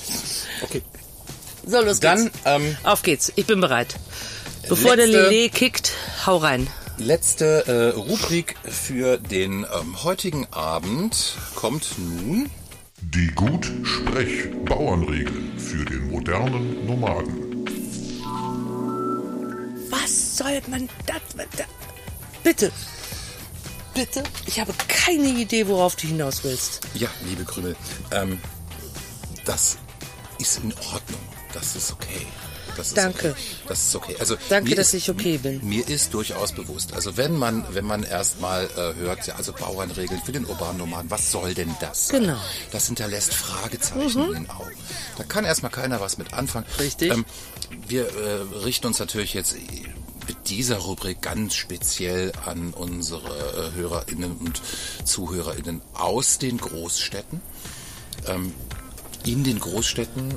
Speaker 3: Okay.
Speaker 2: So, los
Speaker 3: Dann,
Speaker 2: geht's.
Speaker 3: ähm,
Speaker 2: Auf geht's. Ich bin bereit. Bevor der
Speaker 3: Letzte-
Speaker 2: Lele kickt, hau rein.
Speaker 3: Letzte äh, Rubrik für den ähm, heutigen Abend kommt nun.
Speaker 4: Die Gut-Sprech-Bauernregel für den modernen Nomaden.
Speaker 2: Was soll man das? Bitte. Bitte? Ich habe keine Idee, worauf du hinaus willst.
Speaker 3: Ja, liebe Krümel, ähm, das ist in Ordnung. Das ist okay. Das ist
Speaker 2: Danke.
Speaker 3: Okay. Das ist okay. Also
Speaker 2: Danke,
Speaker 3: mir
Speaker 2: dass ich okay bin.
Speaker 3: Mir ist durchaus bewusst. Also wenn man, wenn man erstmal äh, hört, ja, also Bauernregeln für den urbanen Nomaden, was soll denn das? sein?
Speaker 2: Genau. Mhm.
Speaker 3: Das hinterlässt Fragezeichen in den Augen. Da kann erstmal keiner was mit anfangen.
Speaker 2: Richtig.
Speaker 3: Ähm, wir äh, richten uns natürlich jetzt mit dieser Rubrik ganz speziell an unsere äh, HörerInnen und ZuhörerInnen aus den Großstädten. In den Großstädten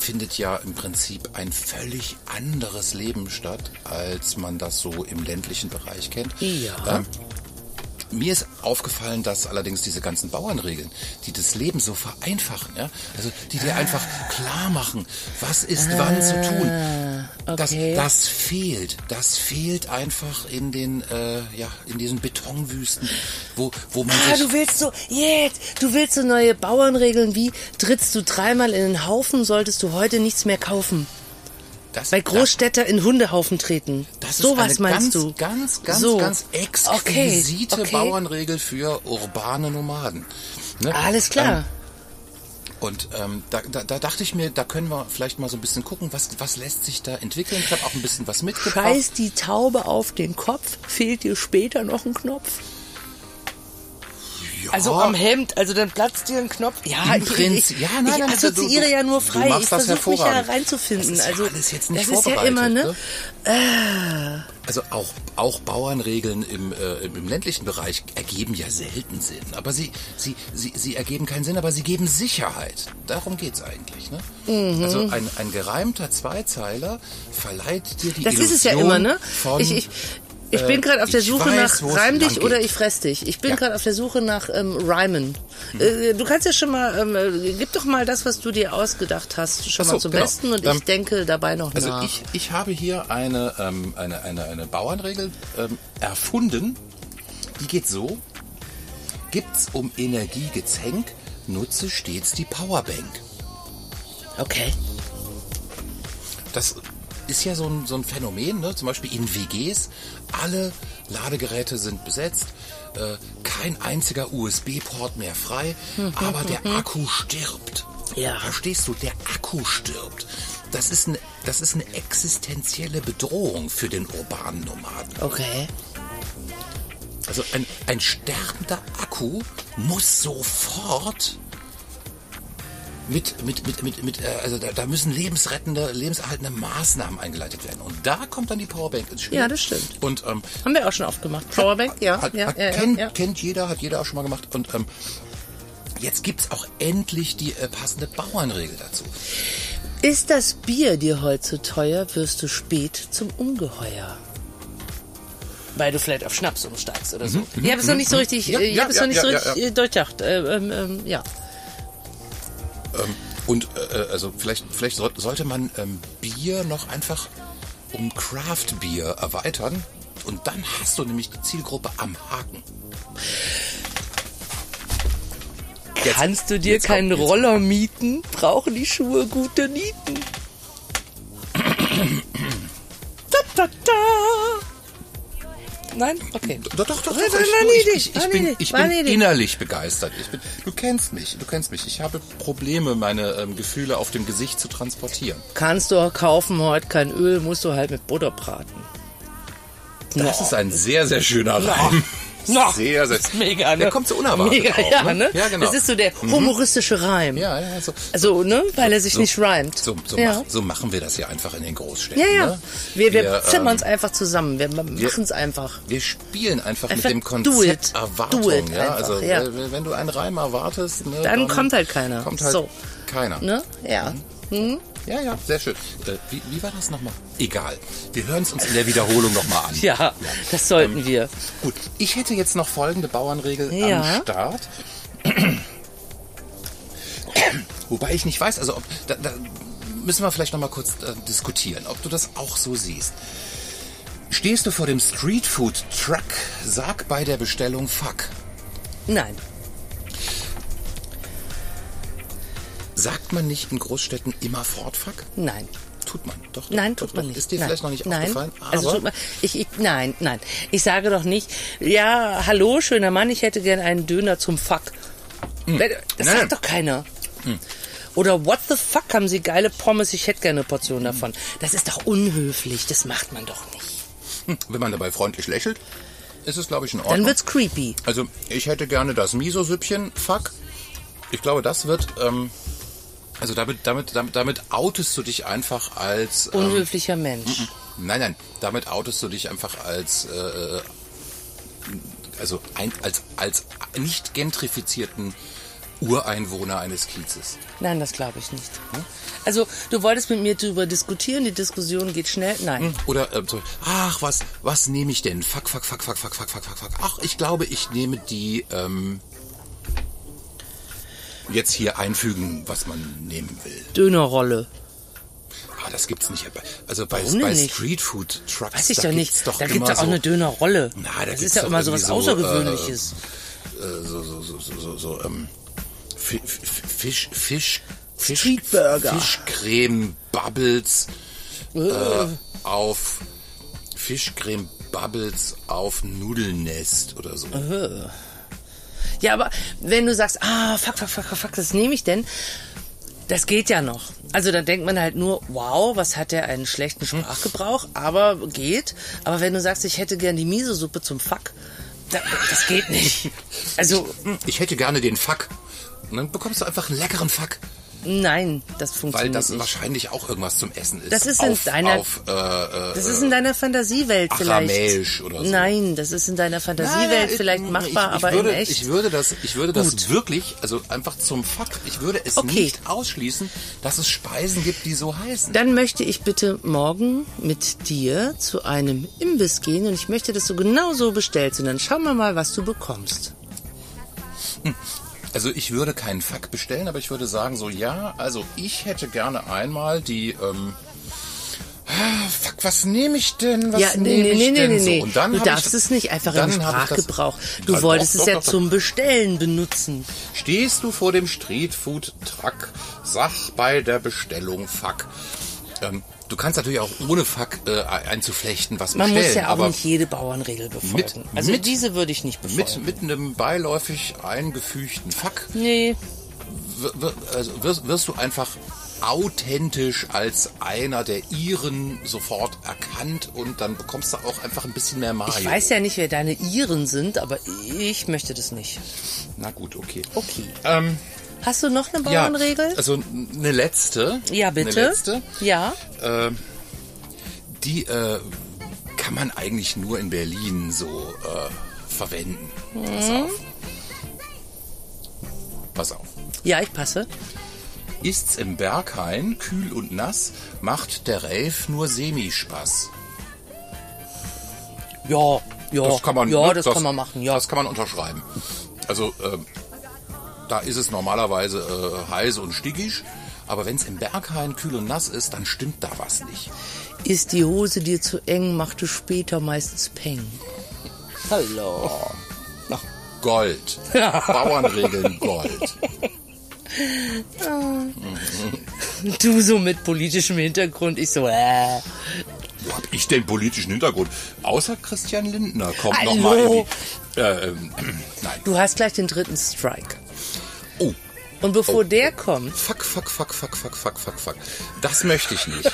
Speaker 3: findet ja im Prinzip ein völlig anderes Leben statt, als man das so im ländlichen Bereich kennt.
Speaker 2: Ja.
Speaker 3: Ähm, mir ist aufgefallen, dass allerdings diese ganzen Bauernregeln, die das Leben so vereinfachen, ja, also die
Speaker 2: Ah.
Speaker 3: dir einfach klar machen, was ist wann zu tun.
Speaker 2: okay.
Speaker 3: Das, das fehlt. Das fehlt einfach in den, äh, ja, in diesen Betonwüsten, wo, wo man
Speaker 2: Ah,
Speaker 3: sich.
Speaker 2: du willst so, jetzt, du willst so neue Bauernregeln wie, trittst du dreimal in den Haufen, solltest du heute nichts mehr kaufen.
Speaker 3: das,
Speaker 2: Weil
Speaker 3: das-
Speaker 2: Großstädter in Hundehaufen treten.
Speaker 3: Das
Speaker 2: so
Speaker 3: ist
Speaker 2: was
Speaker 3: eine
Speaker 2: meinst
Speaker 3: ganz,
Speaker 2: du?
Speaker 3: ganz, ganz,
Speaker 2: So.
Speaker 3: ganz exquisite
Speaker 2: Okay, okay.
Speaker 3: Bauernregel für urbane Nomaden. Ne?
Speaker 2: Alles klar.
Speaker 3: Ähm, und ähm, da, da, da dachte ich mir, da können wir vielleicht mal so ein bisschen gucken, was, was lässt sich da entwickeln. Ich habe auch ein bisschen was mitgebracht.
Speaker 2: Scheiß die Taube auf den Kopf, fehlt dir später noch ein Knopf?
Speaker 3: Ja,
Speaker 2: Also am Hemd, also dann platzt dir ein Knopf. Ja,
Speaker 3: Im
Speaker 2: ich,
Speaker 3: Prinzip.
Speaker 2: ich,
Speaker 3: Ja, nein,
Speaker 2: ich
Speaker 3: nein, also du-
Speaker 2: assoziiere
Speaker 3: du-
Speaker 2: ja nur
Speaker 3: du
Speaker 2: frei.
Speaker 3: machst
Speaker 2: Ich
Speaker 3: das
Speaker 2: versuche mich ja
Speaker 3: hervorragend.
Speaker 2: reinzufinden.
Speaker 3: Das ist ja
Speaker 2: also
Speaker 3: alles jetzt nicht
Speaker 2: das ist ja immer, ne? Äh.
Speaker 3: vorbereitet, Also auch, auch Bauernregeln im, äh, im im ländlichen Bereich ergeben ja selten Sinn. Aber sie, sie, sie, sie ergeben keinen Sinn, aber sie geben Sicherheit. Darum geht's eigentlich. Ne?
Speaker 2: Mhm.
Speaker 3: Also ein, ein gereimter Zweizeiler verleiht dir die
Speaker 2: Das
Speaker 3: Illusion
Speaker 2: ist es ja immer, ne?
Speaker 3: von...
Speaker 2: ich, ich, ich
Speaker 3: äh,
Speaker 2: bin gerade auf der
Speaker 3: ich
Speaker 2: Suche
Speaker 3: weiß, wo
Speaker 2: nach
Speaker 3: es
Speaker 2: Reim dich
Speaker 3: lang
Speaker 2: oder
Speaker 3: geht.
Speaker 2: ich fress dich. Ich bin
Speaker 3: Ja. Hm.
Speaker 2: gerade auf der Suche nach ähm, Reimen. Äh, du kannst ja schon mal, ähm, äh, gib doch mal das, was du dir ausgedacht hast, schon
Speaker 3: Ach so,
Speaker 2: mal zum
Speaker 3: genau.
Speaker 2: Besten und
Speaker 3: Ähm,
Speaker 2: ich denke dabei noch
Speaker 3: Also
Speaker 2: nach.
Speaker 3: ich, ich habe hier eine, ähm, eine, eine, eine Bauernregel ähm, erfunden. Die geht so. Gibt's um Energie Gezänk, nutze stets die Powerbank.
Speaker 2: okay.
Speaker 3: das ist ja so ein, so ein Phänomen, ne? zum Beispiel in WGs, alle Ladegeräte sind besetzt, äh, kein einziger USB-Port mehr frei, aber der Akku stirbt.
Speaker 2: Ja.
Speaker 3: Verstehst du, der Akku stirbt. Das ist, eine, das ist eine existenzielle Bedrohung für den urbanen Nomaden.
Speaker 2: Okay.
Speaker 3: Also ein, ein sterbender Akku muss sofort mit, mit, mit, mit, mit äh, also da, da müssen lebensrettende, lebenserhaltende Maßnahmen eingeleitet werden. Und da kommt dann die Powerbank ins Spiel.
Speaker 2: Ja, das stimmt.
Speaker 3: Und ähm,
Speaker 2: Haben wir auch schon aufgemacht. Powerbank, ja.
Speaker 3: hat,
Speaker 2: ja,
Speaker 3: hat,
Speaker 2: ja,
Speaker 3: kennt,
Speaker 2: ja, ja.
Speaker 3: kennt jeder, hat jeder auch schon mal gemacht. Und ähm, jetzt gibt's auch endlich die äh, passende Bauernregel dazu.
Speaker 2: Ist das Bier dir heute zu teuer, wirst du spät zum Ungeheuer. Weil du vielleicht auf Schnaps umsteigst oder
Speaker 3: Mhm,
Speaker 2: so. Ich habe es noch nicht so richtig,
Speaker 3: Ja,
Speaker 2: äh, ich
Speaker 3: ja,
Speaker 2: habe es
Speaker 3: ja,
Speaker 2: noch nicht so
Speaker 3: ja, ja,
Speaker 2: richtig äh, durchdacht. Äh, ähm, ähm, ja.
Speaker 3: Und äh, äh, also vielleicht, vielleicht soll- sollte man ähm, Bier noch einfach um Craft Bier erweitern. Und dann hast du nämlich die Zielgruppe am Haken. Jetzt-
Speaker 2: Kannst du dir
Speaker 3: jetzt kommt-
Speaker 2: keinen
Speaker 3: jetzt-
Speaker 2: Roller mieten? Brauchen die Schuhe gute Nieten? Da, da, da. Nein? Okay.
Speaker 3: Doch, doch, doch. doch
Speaker 2: Nein, nein,
Speaker 3: ich,
Speaker 2: nein,
Speaker 3: ich,
Speaker 2: nicht,
Speaker 3: ich, ich
Speaker 2: nein,
Speaker 3: bin,
Speaker 2: nicht,
Speaker 3: ich
Speaker 2: nein,
Speaker 3: bin
Speaker 2: nicht.
Speaker 3: innerlich begeistert. Ich bin, du kennst mich, du kennst mich. Ich habe Probleme, meine ähm, Gefühle auf dem Gesicht zu transportieren.
Speaker 2: Kannst du auch kaufen heute kein Öl, musst du halt mit Butter braten.
Speaker 3: Das ist ein sehr, sehr schöner Reim.
Speaker 2: Na,
Speaker 3: Sehr, sehr.
Speaker 2: das ist mega, ne?
Speaker 3: Der kommt so unerwartet
Speaker 2: Mega,
Speaker 3: auch,
Speaker 2: ja,
Speaker 3: ne?
Speaker 2: ne?
Speaker 3: Ja, genau.
Speaker 2: Das ist so der humoristische Reim.
Speaker 3: Ja, ja, so.
Speaker 2: Also, ne? Weil er sich nicht reimt.
Speaker 3: So, so,
Speaker 2: ja.
Speaker 3: mach, so machen wir das ja einfach in den Großstädten.
Speaker 2: ja, ja.
Speaker 3: Ne?
Speaker 2: Wir, wir,
Speaker 3: ähm,
Speaker 2: zimmern es einfach zusammen. Wir machen es einfach.
Speaker 3: Wir spielen einfach,
Speaker 2: Einfach
Speaker 3: mit dem
Speaker 2: do
Speaker 3: Konzept
Speaker 2: it.
Speaker 3: Erwartung.
Speaker 2: Do it
Speaker 3: ja?
Speaker 2: einfach,
Speaker 3: also,
Speaker 2: ja.
Speaker 3: äh, wenn du einen Reim erwartest, ne,
Speaker 2: Dann kommt halt keiner.
Speaker 3: Kommt halt
Speaker 2: So.
Speaker 3: keiner.
Speaker 2: Ne? Ja.
Speaker 3: Mhm.
Speaker 2: Hm?
Speaker 3: Ja, ja, sehr schön. Äh, wie, wie war das nochmal? Egal. Wir hören es uns in der Wiederholung nochmal an.
Speaker 2: Ja, das
Speaker 3: Ähm.
Speaker 2: sollten wir.
Speaker 3: Gut, ich hätte jetzt noch folgende Bauernregel
Speaker 2: Ja.
Speaker 3: am Start. [clears throat] Wobei ich nicht weiß, also ob, da, da müssen wir vielleicht noch mal kurz äh, diskutieren, ob du das auch so siehst. Stehst du vor dem Streetfood Truck, sag bei der Bestellung Fuck.
Speaker 2: Nein.
Speaker 3: Sagt man nicht in Großstädten immer Fuck?
Speaker 2: Nein.
Speaker 3: Tut man, doch. doch,
Speaker 2: Nein,
Speaker 3: doch,
Speaker 2: tut man
Speaker 3: doch.
Speaker 2: nicht.
Speaker 3: Ist dir
Speaker 2: nein.
Speaker 3: vielleicht noch nicht
Speaker 2: nein.
Speaker 3: aufgefallen? Aber
Speaker 2: also tut man, ich, ich, nein, nein. Ich sage doch nicht, ja, hallo, schöner Mann, ich hätte gern einen Döner zum Fuck. Das
Speaker 3: Hm. Nein.
Speaker 2: sagt doch keiner. Oder what the fuck, haben Sie geile Pommes, ich hätte gerne eine Portion davon. Das ist doch unhöflich, das macht man doch nicht.
Speaker 3: hm, wenn man dabei freundlich lächelt, ist es, glaube ich, in Ordnung.
Speaker 2: Dann wird's creepy.
Speaker 3: Also, ich hätte gerne das Miso-Süppchen. Fuck. Ich glaube, das wird. Ähm, also, damit, damit, damit, damit outest du dich einfach als. Ähm,
Speaker 2: Unhöflicher Mensch.
Speaker 3: nein, nein. Damit outest du dich einfach als. Äh, also, ein, als, als nicht gentrifizierten Ureinwohner eines Kiezes.
Speaker 2: Nein, das glaube ich nicht.
Speaker 3: Hm?
Speaker 2: Also, du wolltest mit mir drüber diskutieren, die Diskussion geht schnell. Nein.
Speaker 3: Oder, ähm, so, ach, was, was nehme ich denn? Fuck, fuck, fuck, fuck, fuck, fuck, fuck, fuck, fuck. Ach, ich glaube, ich nehme die, ähm, jetzt hier einfügen, was man nehmen will.
Speaker 2: Dönerrolle.
Speaker 3: Ah, das gibt's nicht. Bei- Also bei,
Speaker 2: Warum denn
Speaker 3: bei
Speaker 2: nicht?
Speaker 3: Streetfood Trucks.
Speaker 2: Weiß ich
Speaker 3: da
Speaker 2: doch
Speaker 3: gibt's
Speaker 2: nicht.
Speaker 3: Doch
Speaker 2: da
Speaker 3: gibt
Speaker 2: gibt's doch auch
Speaker 3: so,
Speaker 2: eine Dönerrolle.
Speaker 3: Na, da
Speaker 2: das
Speaker 3: gibt's
Speaker 2: ist ja
Speaker 3: doch
Speaker 2: immer so was
Speaker 3: irgendwie so,
Speaker 2: Außergewöhnliches.
Speaker 3: äh, so, so, so, so, so, so ähm, Fi- Fi- Fisch, Fisch, Fisch,
Speaker 2: Streetburger.
Speaker 3: Fischcreme Bubbles äh, auf Fischcreme Bubbles auf Nudelnest oder so.
Speaker 2: Äh. Ja, aber wenn du sagst, ah, fuck, fuck, fuck, fuck, fuck, das nehme ich denn, das geht ja noch. Also dann denkt man halt nur, wow, was hat der einen schlechten
Speaker 3: Hm.
Speaker 2: Sprachgebrauch, aber geht. Aber wenn du sagst, ich hätte gern die Miso-Suppe zum Fuck, da, das geht
Speaker 3: [laughs]
Speaker 2: nicht. Also,
Speaker 3: Hm, Ich hätte gerne den Fuck. Und dann bekommst du einfach einen leckeren Fuck,
Speaker 2: nein, das
Speaker 3: weil
Speaker 2: funktioniert
Speaker 3: das
Speaker 2: nicht.
Speaker 3: wahrscheinlich auch irgendwas zum Essen ist.
Speaker 2: Das ist in
Speaker 3: auf,
Speaker 2: deiner-
Speaker 3: Auf, äh, äh,
Speaker 2: Das ist in deiner Fantasiewelt
Speaker 3: Aramäisch
Speaker 2: vielleicht.
Speaker 3: oder so.
Speaker 2: Nein, das ist in deiner Fantasiewelt
Speaker 3: Naja, ich-
Speaker 2: vielleicht machbar,
Speaker 3: ich, ich
Speaker 2: aber
Speaker 3: würde,
Speaker 2: in echt.
Speaker 3: Ich würde das, ich würde das wirklich, also einfach zum Fakt, ich würde es
Speaker 2: Okay.
Speaker 3: nicht ausschließen, dass es Speisen gibt, die so heißen.
Speaker 2: Dann möchte ich bitte morgen mit dir zu einem Imbiss gehen und ich möchte, dass du genau so bestellst und dann schauen wir mal, was du bekommst.
Speaker 3: Also ich würde keinen Fuck bestellen, aber ich würde sagen so, ja, also ich hätte gerne einmal die, ähm, ah, Fuck, was nehme ich denn? Was nehme ich denn so? Und dann
Speaker 2: du
Speaker 3: hab
Speaker 2: darfst
Speaker 3: ich,
Speaker 2: es nicht einfach
Speaker 3: dann
Speaker 2: im
Speaker 3: hab ich das-
Speaker 2: Sprachgebrauch. Du
Speaker 3: Ja, doch,
Speaker 2: wolltest
Speaker 3: doch,
Speaker 2: es ja
Speaker 3: doch, doch.
Speaker 2: zum Bestellen benutzen.
Speaker 3: Stehst du vor dem Streetfood-Truck, sag bei der Bestellung Fuck. Ähm, du kannst natürlich auch ohne Fuck äh, einzuflechten was
Speaker 2: Man
Speaker 3: bestellen,
Speaker 2: muss ja auch
Speaker 3: aber
Speaker 2: nicht jede Bauernregel befolgen.
Speaker 3: Mit-
Speaker 2: also
Speaker 3: mit-
Speaker 2: diese würde ich nicht befolgen.
Speaker 3: mit, mit einem beiläufig eingefügten Fuck
Speaker 2: nee,
Speaker 3: wir- wir- also wirst, wirst du einfach authentisch als einer der Iren sofort erkannt und dann bekommst du auch einfach ein bisschen mehr Mario.
Speaker 2: ich weiß ja nicht, wer deine Iren sind, aber ich möchte das nicht.
Speaker 3: Na gut, okay.
Speaker 2: Okay.
Speaker 3: Ähm,
Speaker 2: Hast du noch eine
Speaker 3: ja,
Speaker 2: Bauernregel? Ja,
Speaker 3: also n- eine letzte.
Speaker 2: bitte.
Speaker 3: Eine letzte.
Speaker 2: Ja.
Speaker 3: Ähm, die äh, kann man eigentlich nur in Berlin so äh, verwenden. Pass auf. Pass auf.
Speaker 2: Ja, ich passe.
Speaker 3: Ist's im Berghain kühl und nass, macht der Ralf nur Semi-Spaß.
Speaker 2: Ja, ja.
Speaker 3: Das kann man,
Speaker 2: ja,
Speaker 3: ne,
Speaker 2: das, kann man machen. Ja.
Speaker 3: Das kann man unterschreiben. Also, ähm, da ist es normalerweise äh, heiß und stickig. Aber wenn's im Berghain kühl und nass ist, dann stimmt da was nicht.
Speaker 2: Ist die Hose dir zu eng, macht du später meistens Peng. [laughs] Hallo. [laughs]
Speaker 3: Gold. Bauernregeln Gold.
Speaker 2: Du so mit politischem Hintergrund, ich so, äh.
Speaker 3: Ja, hab ich denn politischen Hintergrund? Außer Christian Lindner kommt
Speaker 2: Hallo.
Speaker 3: nochmal irgendwie. Äh, ähm, [clears throat] nein.
Speaker 2: Du hast gleich den dritten Strike.
Speaker 3: Oh.
Speaker 2: Und bevor der kommt,
Speaker 3: Fuck, fuck, fuck, fuck, fuck, fuck, fuck, fuck. Das möchte
Speaker 2: [laughs]
Speaker 3: ich nicht.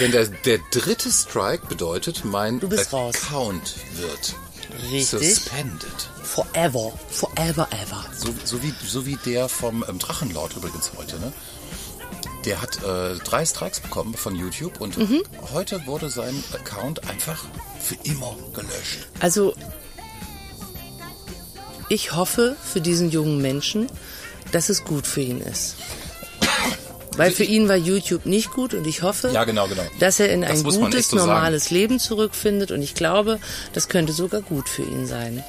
Speaker 3: Denn der, der dritte Strike bedeutet, mein
Speaker 2: Du bist raus.
Speaker 3: Account wird
Speaker 2: Richtig.
Speaker 3: suspended.
Speaker 2: forever, forever, ever.
Speaker 3: So, so, wie, so wie der vom ähm, Drachenlord übrigens heute, ne? Der hat äh, drei Strikes bekommen von YouTube und
Speaker 2: Mhm.
Speaker 3: heute wurde sein Account einfach für immer gelöscht.
Speaker 2: Also, ich hoffe für diesen jungen Menschen, dass es gut für ihn ist. Weil für ihn war YouTube nicht gut und ich hoffe,
Speaker 3: Ja, genau, genau.
Speaker 2: dass er in
Speaker 3: Das
Speaker 2: ein
Speaker 3: muss man
Speaker 2: gutes,
Speaker 3: echt so sagen.
Speaker 2: normales Leben zurückfindet und ich glaube, das könnte sogar gut für ihn sein.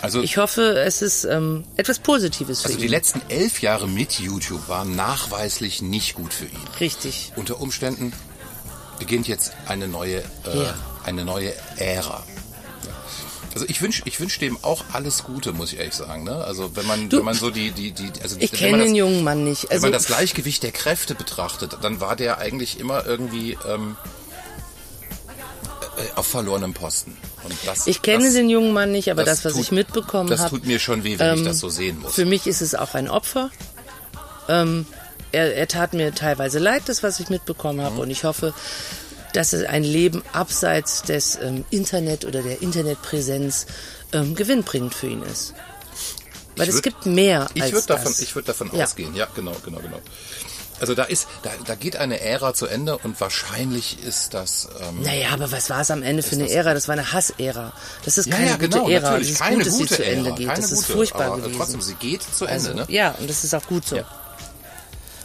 Speaker 3: Also,
Speaker 2: Ich hoffe, es ist ähm, etwas Positives für
Speaker 3: also die
Speaker 2: ihn.
Speaker 3: letzten elf Jahre mit YouTube waren nachweislich nicht gut für ihn.
Speaker 2: Richtig.
Speaker 3: Unter Umständen beginnt jetzt eine neue, äh,
Speaker 2: Ja.
Speaker 3: eine neue Ära. Ja. Also ich wünsche ich wünsch dem auch alles Gute, muss ich ehrlich sagen. Ne? Also wenn man,
Speaker 2: Du-
Speaker 3: wenn man so die, die, die also
Speaker 2: Ich
Speaker 3: wenn
Speaker 2: kenne
Speaker 3: man das-
Speaker 2: den jungen Mann nicht. Also,
Speaker 3: wenn man das Gleichgewicht der Kräfte betrachtet, dann war der eigentlich immer irgendwie ähm, äh, auf verlorenem Posten. Und das,
Speaker 2: Ich kenne
Speaker 3: das,
Speaker 2: den jungen Mann nicht, aber das,
Speaker 3: das
Speaker 2: was
Speaker 3: tut-
Speaker 2: ich mitbekommen habe.
Speaker 3: das tut mir schon weh, wenn ich das so sehen muss.
Speaker 2: Für mich ist es auch ein Opfer. Ähm, er, er tat mir teilweise leid, das, was ich mitbekommen
Speaker 3: Mhm.
Speaker 2: habe. Und ich hoffe, dass er ein Leben abseits des ähm, Internet oder der Internetpräsenz ähm, gewinnbringend für ihn ist. Weil
Speaker 3: Ich
Speaker 2: es
Speaker 3: würd-
Speaker 2: gibt mehr
Speaker 3: Ich
Speaker 2: als
Speaker 3: würde davon,
Speaker 2: das.
Speaker 3: ich würd davon
Speaker 2: Ja.
Speaker 3: ausgehen, ja, genau, genau, genau. Also da ist, da, da geht eine Ära zu Ende und wahrscheinlich ist das. Ähm,
Speaker 2: Naja, aber was war es am Ende für eine
Speaker 3: das-
Speaker 2: Ära? Das war eine Hassära. Das ist
Speaker 3: ja,
Speaker 2: keine
Speaker 3: ja,
Speaker 2: gute
Speaker 3: genau,
Speaker 2: Ära.
Speaker 3: natürlich.
Speaker 2: Das ist
Speaker 3: keine
Speaker 2: gut, dass
Speaker 3: gute
Speaker 2: sie zu Ende
Speaker 3: Ära,
Speaker 2: geht.
Speaker 3: keine
Speaker 2: Das ist
Speaker 3: gute,
Speaker 2: furchtbar
Speaker 3: aber, äh,
Speaker 2: gewesen.
Speaker 3: Trotzdem, sie geht zu Ende,
Speaker 2: also,
Speaker 3: ne?
Speaker 2: Ja, und das ist auch gut so.
Speaker 3: Ja.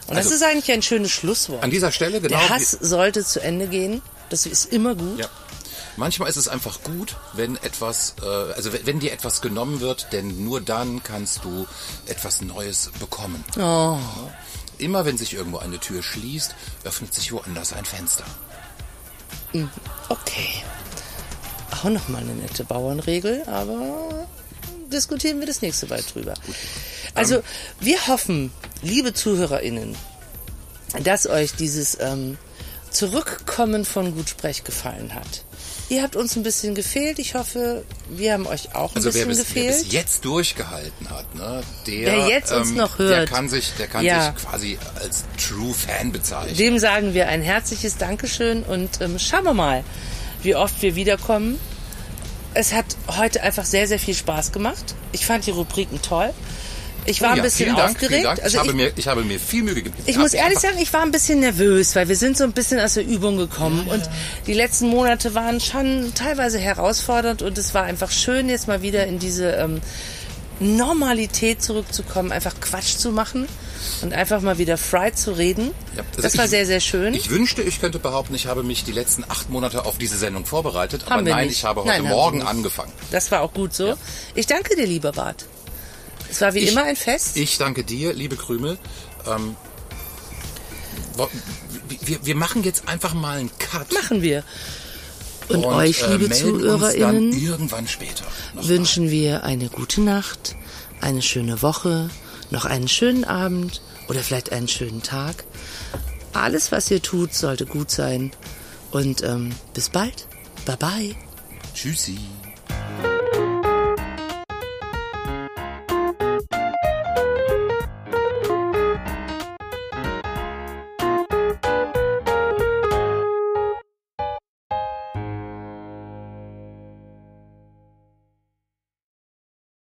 Speaker 2: Und
Speaker 3: Also-
Speaker 2: das ist eigentlich ein schönes Schlusswort.
Speaker 3: An dieser Stelle, genau.
Speaker 2: Der
Speaker 3: wie-
Speaker 2: Hass sollte zu Ende gehen. Das ist immer gut.
Speaker 3: Ja. Manchmal ist es einfach gut, wenn etwas, äh, also wenn wenn dir etwas genommen wird, denn nur dann kannst du etwas Neues bekommen.
Speaker 2: Oh,
Speaker 3: Immer wenn sich irgendwo eine Tür schließt, öffnet sich woanders ein Fenster.
Speaker 2: okay. Auch nochmal eine nette Bauernregel, aber diskutieren wir das nächste Mal drüber. Also, wir hoffen, liebe ZuhörerInnen, dass euch dieses ähm, Zurückkommen von Gutsprech gefallen hat. Ihr habt uns ein bisschen gefehlt. Ich hoffe, wir haben euch auch ein
Speaker 3: Also wer
Speaker 2: bisschen
Speaker 3: bis, wer
Speaker 2: gefehlt.
Speaker 3: bis jetzt durchgehalten hat, ne, der, ähm,
Speaker 2: Wer jetzt uns noch
Speaker 3: der
Speaker 2: hört.
Speaker 3: kann sich, der kann
Speaker 2: Ja.
Speaker 3: sich quasi als True Fan bezeichnen.
Speaker 2: Dem sagen wir ein herzliches Dankeschön und ähm, schauen wir mal, wie oft wir wiederkommen. Es hat heute einfach sehr, sehr viel Spaß gemacht. Ich fand die Rubriken toll. Ich war ein
Speaker 3: Oh Ja,
Speaker 2: bisschen
Speaker 3: vielen Dank, Vielen
Speaker 2: aufgeregt.
Speaker 3: Dank.
Speaker 2: Also
Speaker 3: ich, habe
Speaker 2: ich,
Speaker 3: mir, ich habe mir viel Mühe gegeben.
Speaker 2: ich muss ehrlich sagen, ich war ein bisschen nervös, weil wir sind so ein bisschen aus der Übung gekommen. Und die letzten Monate waren schon teilweise herausfordernd und es war einfach schön, jetzt mal wieder in diese ähm, Normalität zurückzukommen, einfach Quatsch zu machen und einfach mal wieder frei zu reden.
Speaker 3: Ja, also
Speaker 2: das war
Speaker 3: ich-
Speaker 2: sehr, sehr schön.
Speaker 3: Ich wünschte, ich könnte behaupten, ich habe mich die letzten acht Monate auf diese Sendung vorbereitet, aber
Speaker 2: Haben wir
Speaker 3: nein,
Speaker 2: nicht.
Speaker 3: ich habe heute
Speaker 2: Nein, haben
Speaker 3: Morgen
Speaker 2: wir nicht.
Speaker 3: angefangen.
Speaker 2: Das war auch gut so. Ich danke dir, lieber Bart. Es war wie
Speaker 3: Ich-
Speaker 2: immer ein Fest.
Speaker 3: Ich danke dir, liebe Krümel. Ähm, wo- wir, wir machen jetzt einfach mal einen Cut.
Speaker 2: Machen wir. Und,
Speaker 3: und,
Speaker 2: euch,
Speaker 3: äh,
Speaker 2: liebe
Speaker 3: melden uns dann
Speaker 2: ZuhörerInnen,
Speaker 3: irgendwann später. noch
Speaker 2: wünschen wir eine gute Nacht, eine schöne Woche, noch einen schönen Abend oder vielleicht einen schönen Tag. Alles, was ihr tut, sollte gut sein. Und ähm, bis bald. Bye bye.
Speaker 3: mal. Tschüssi.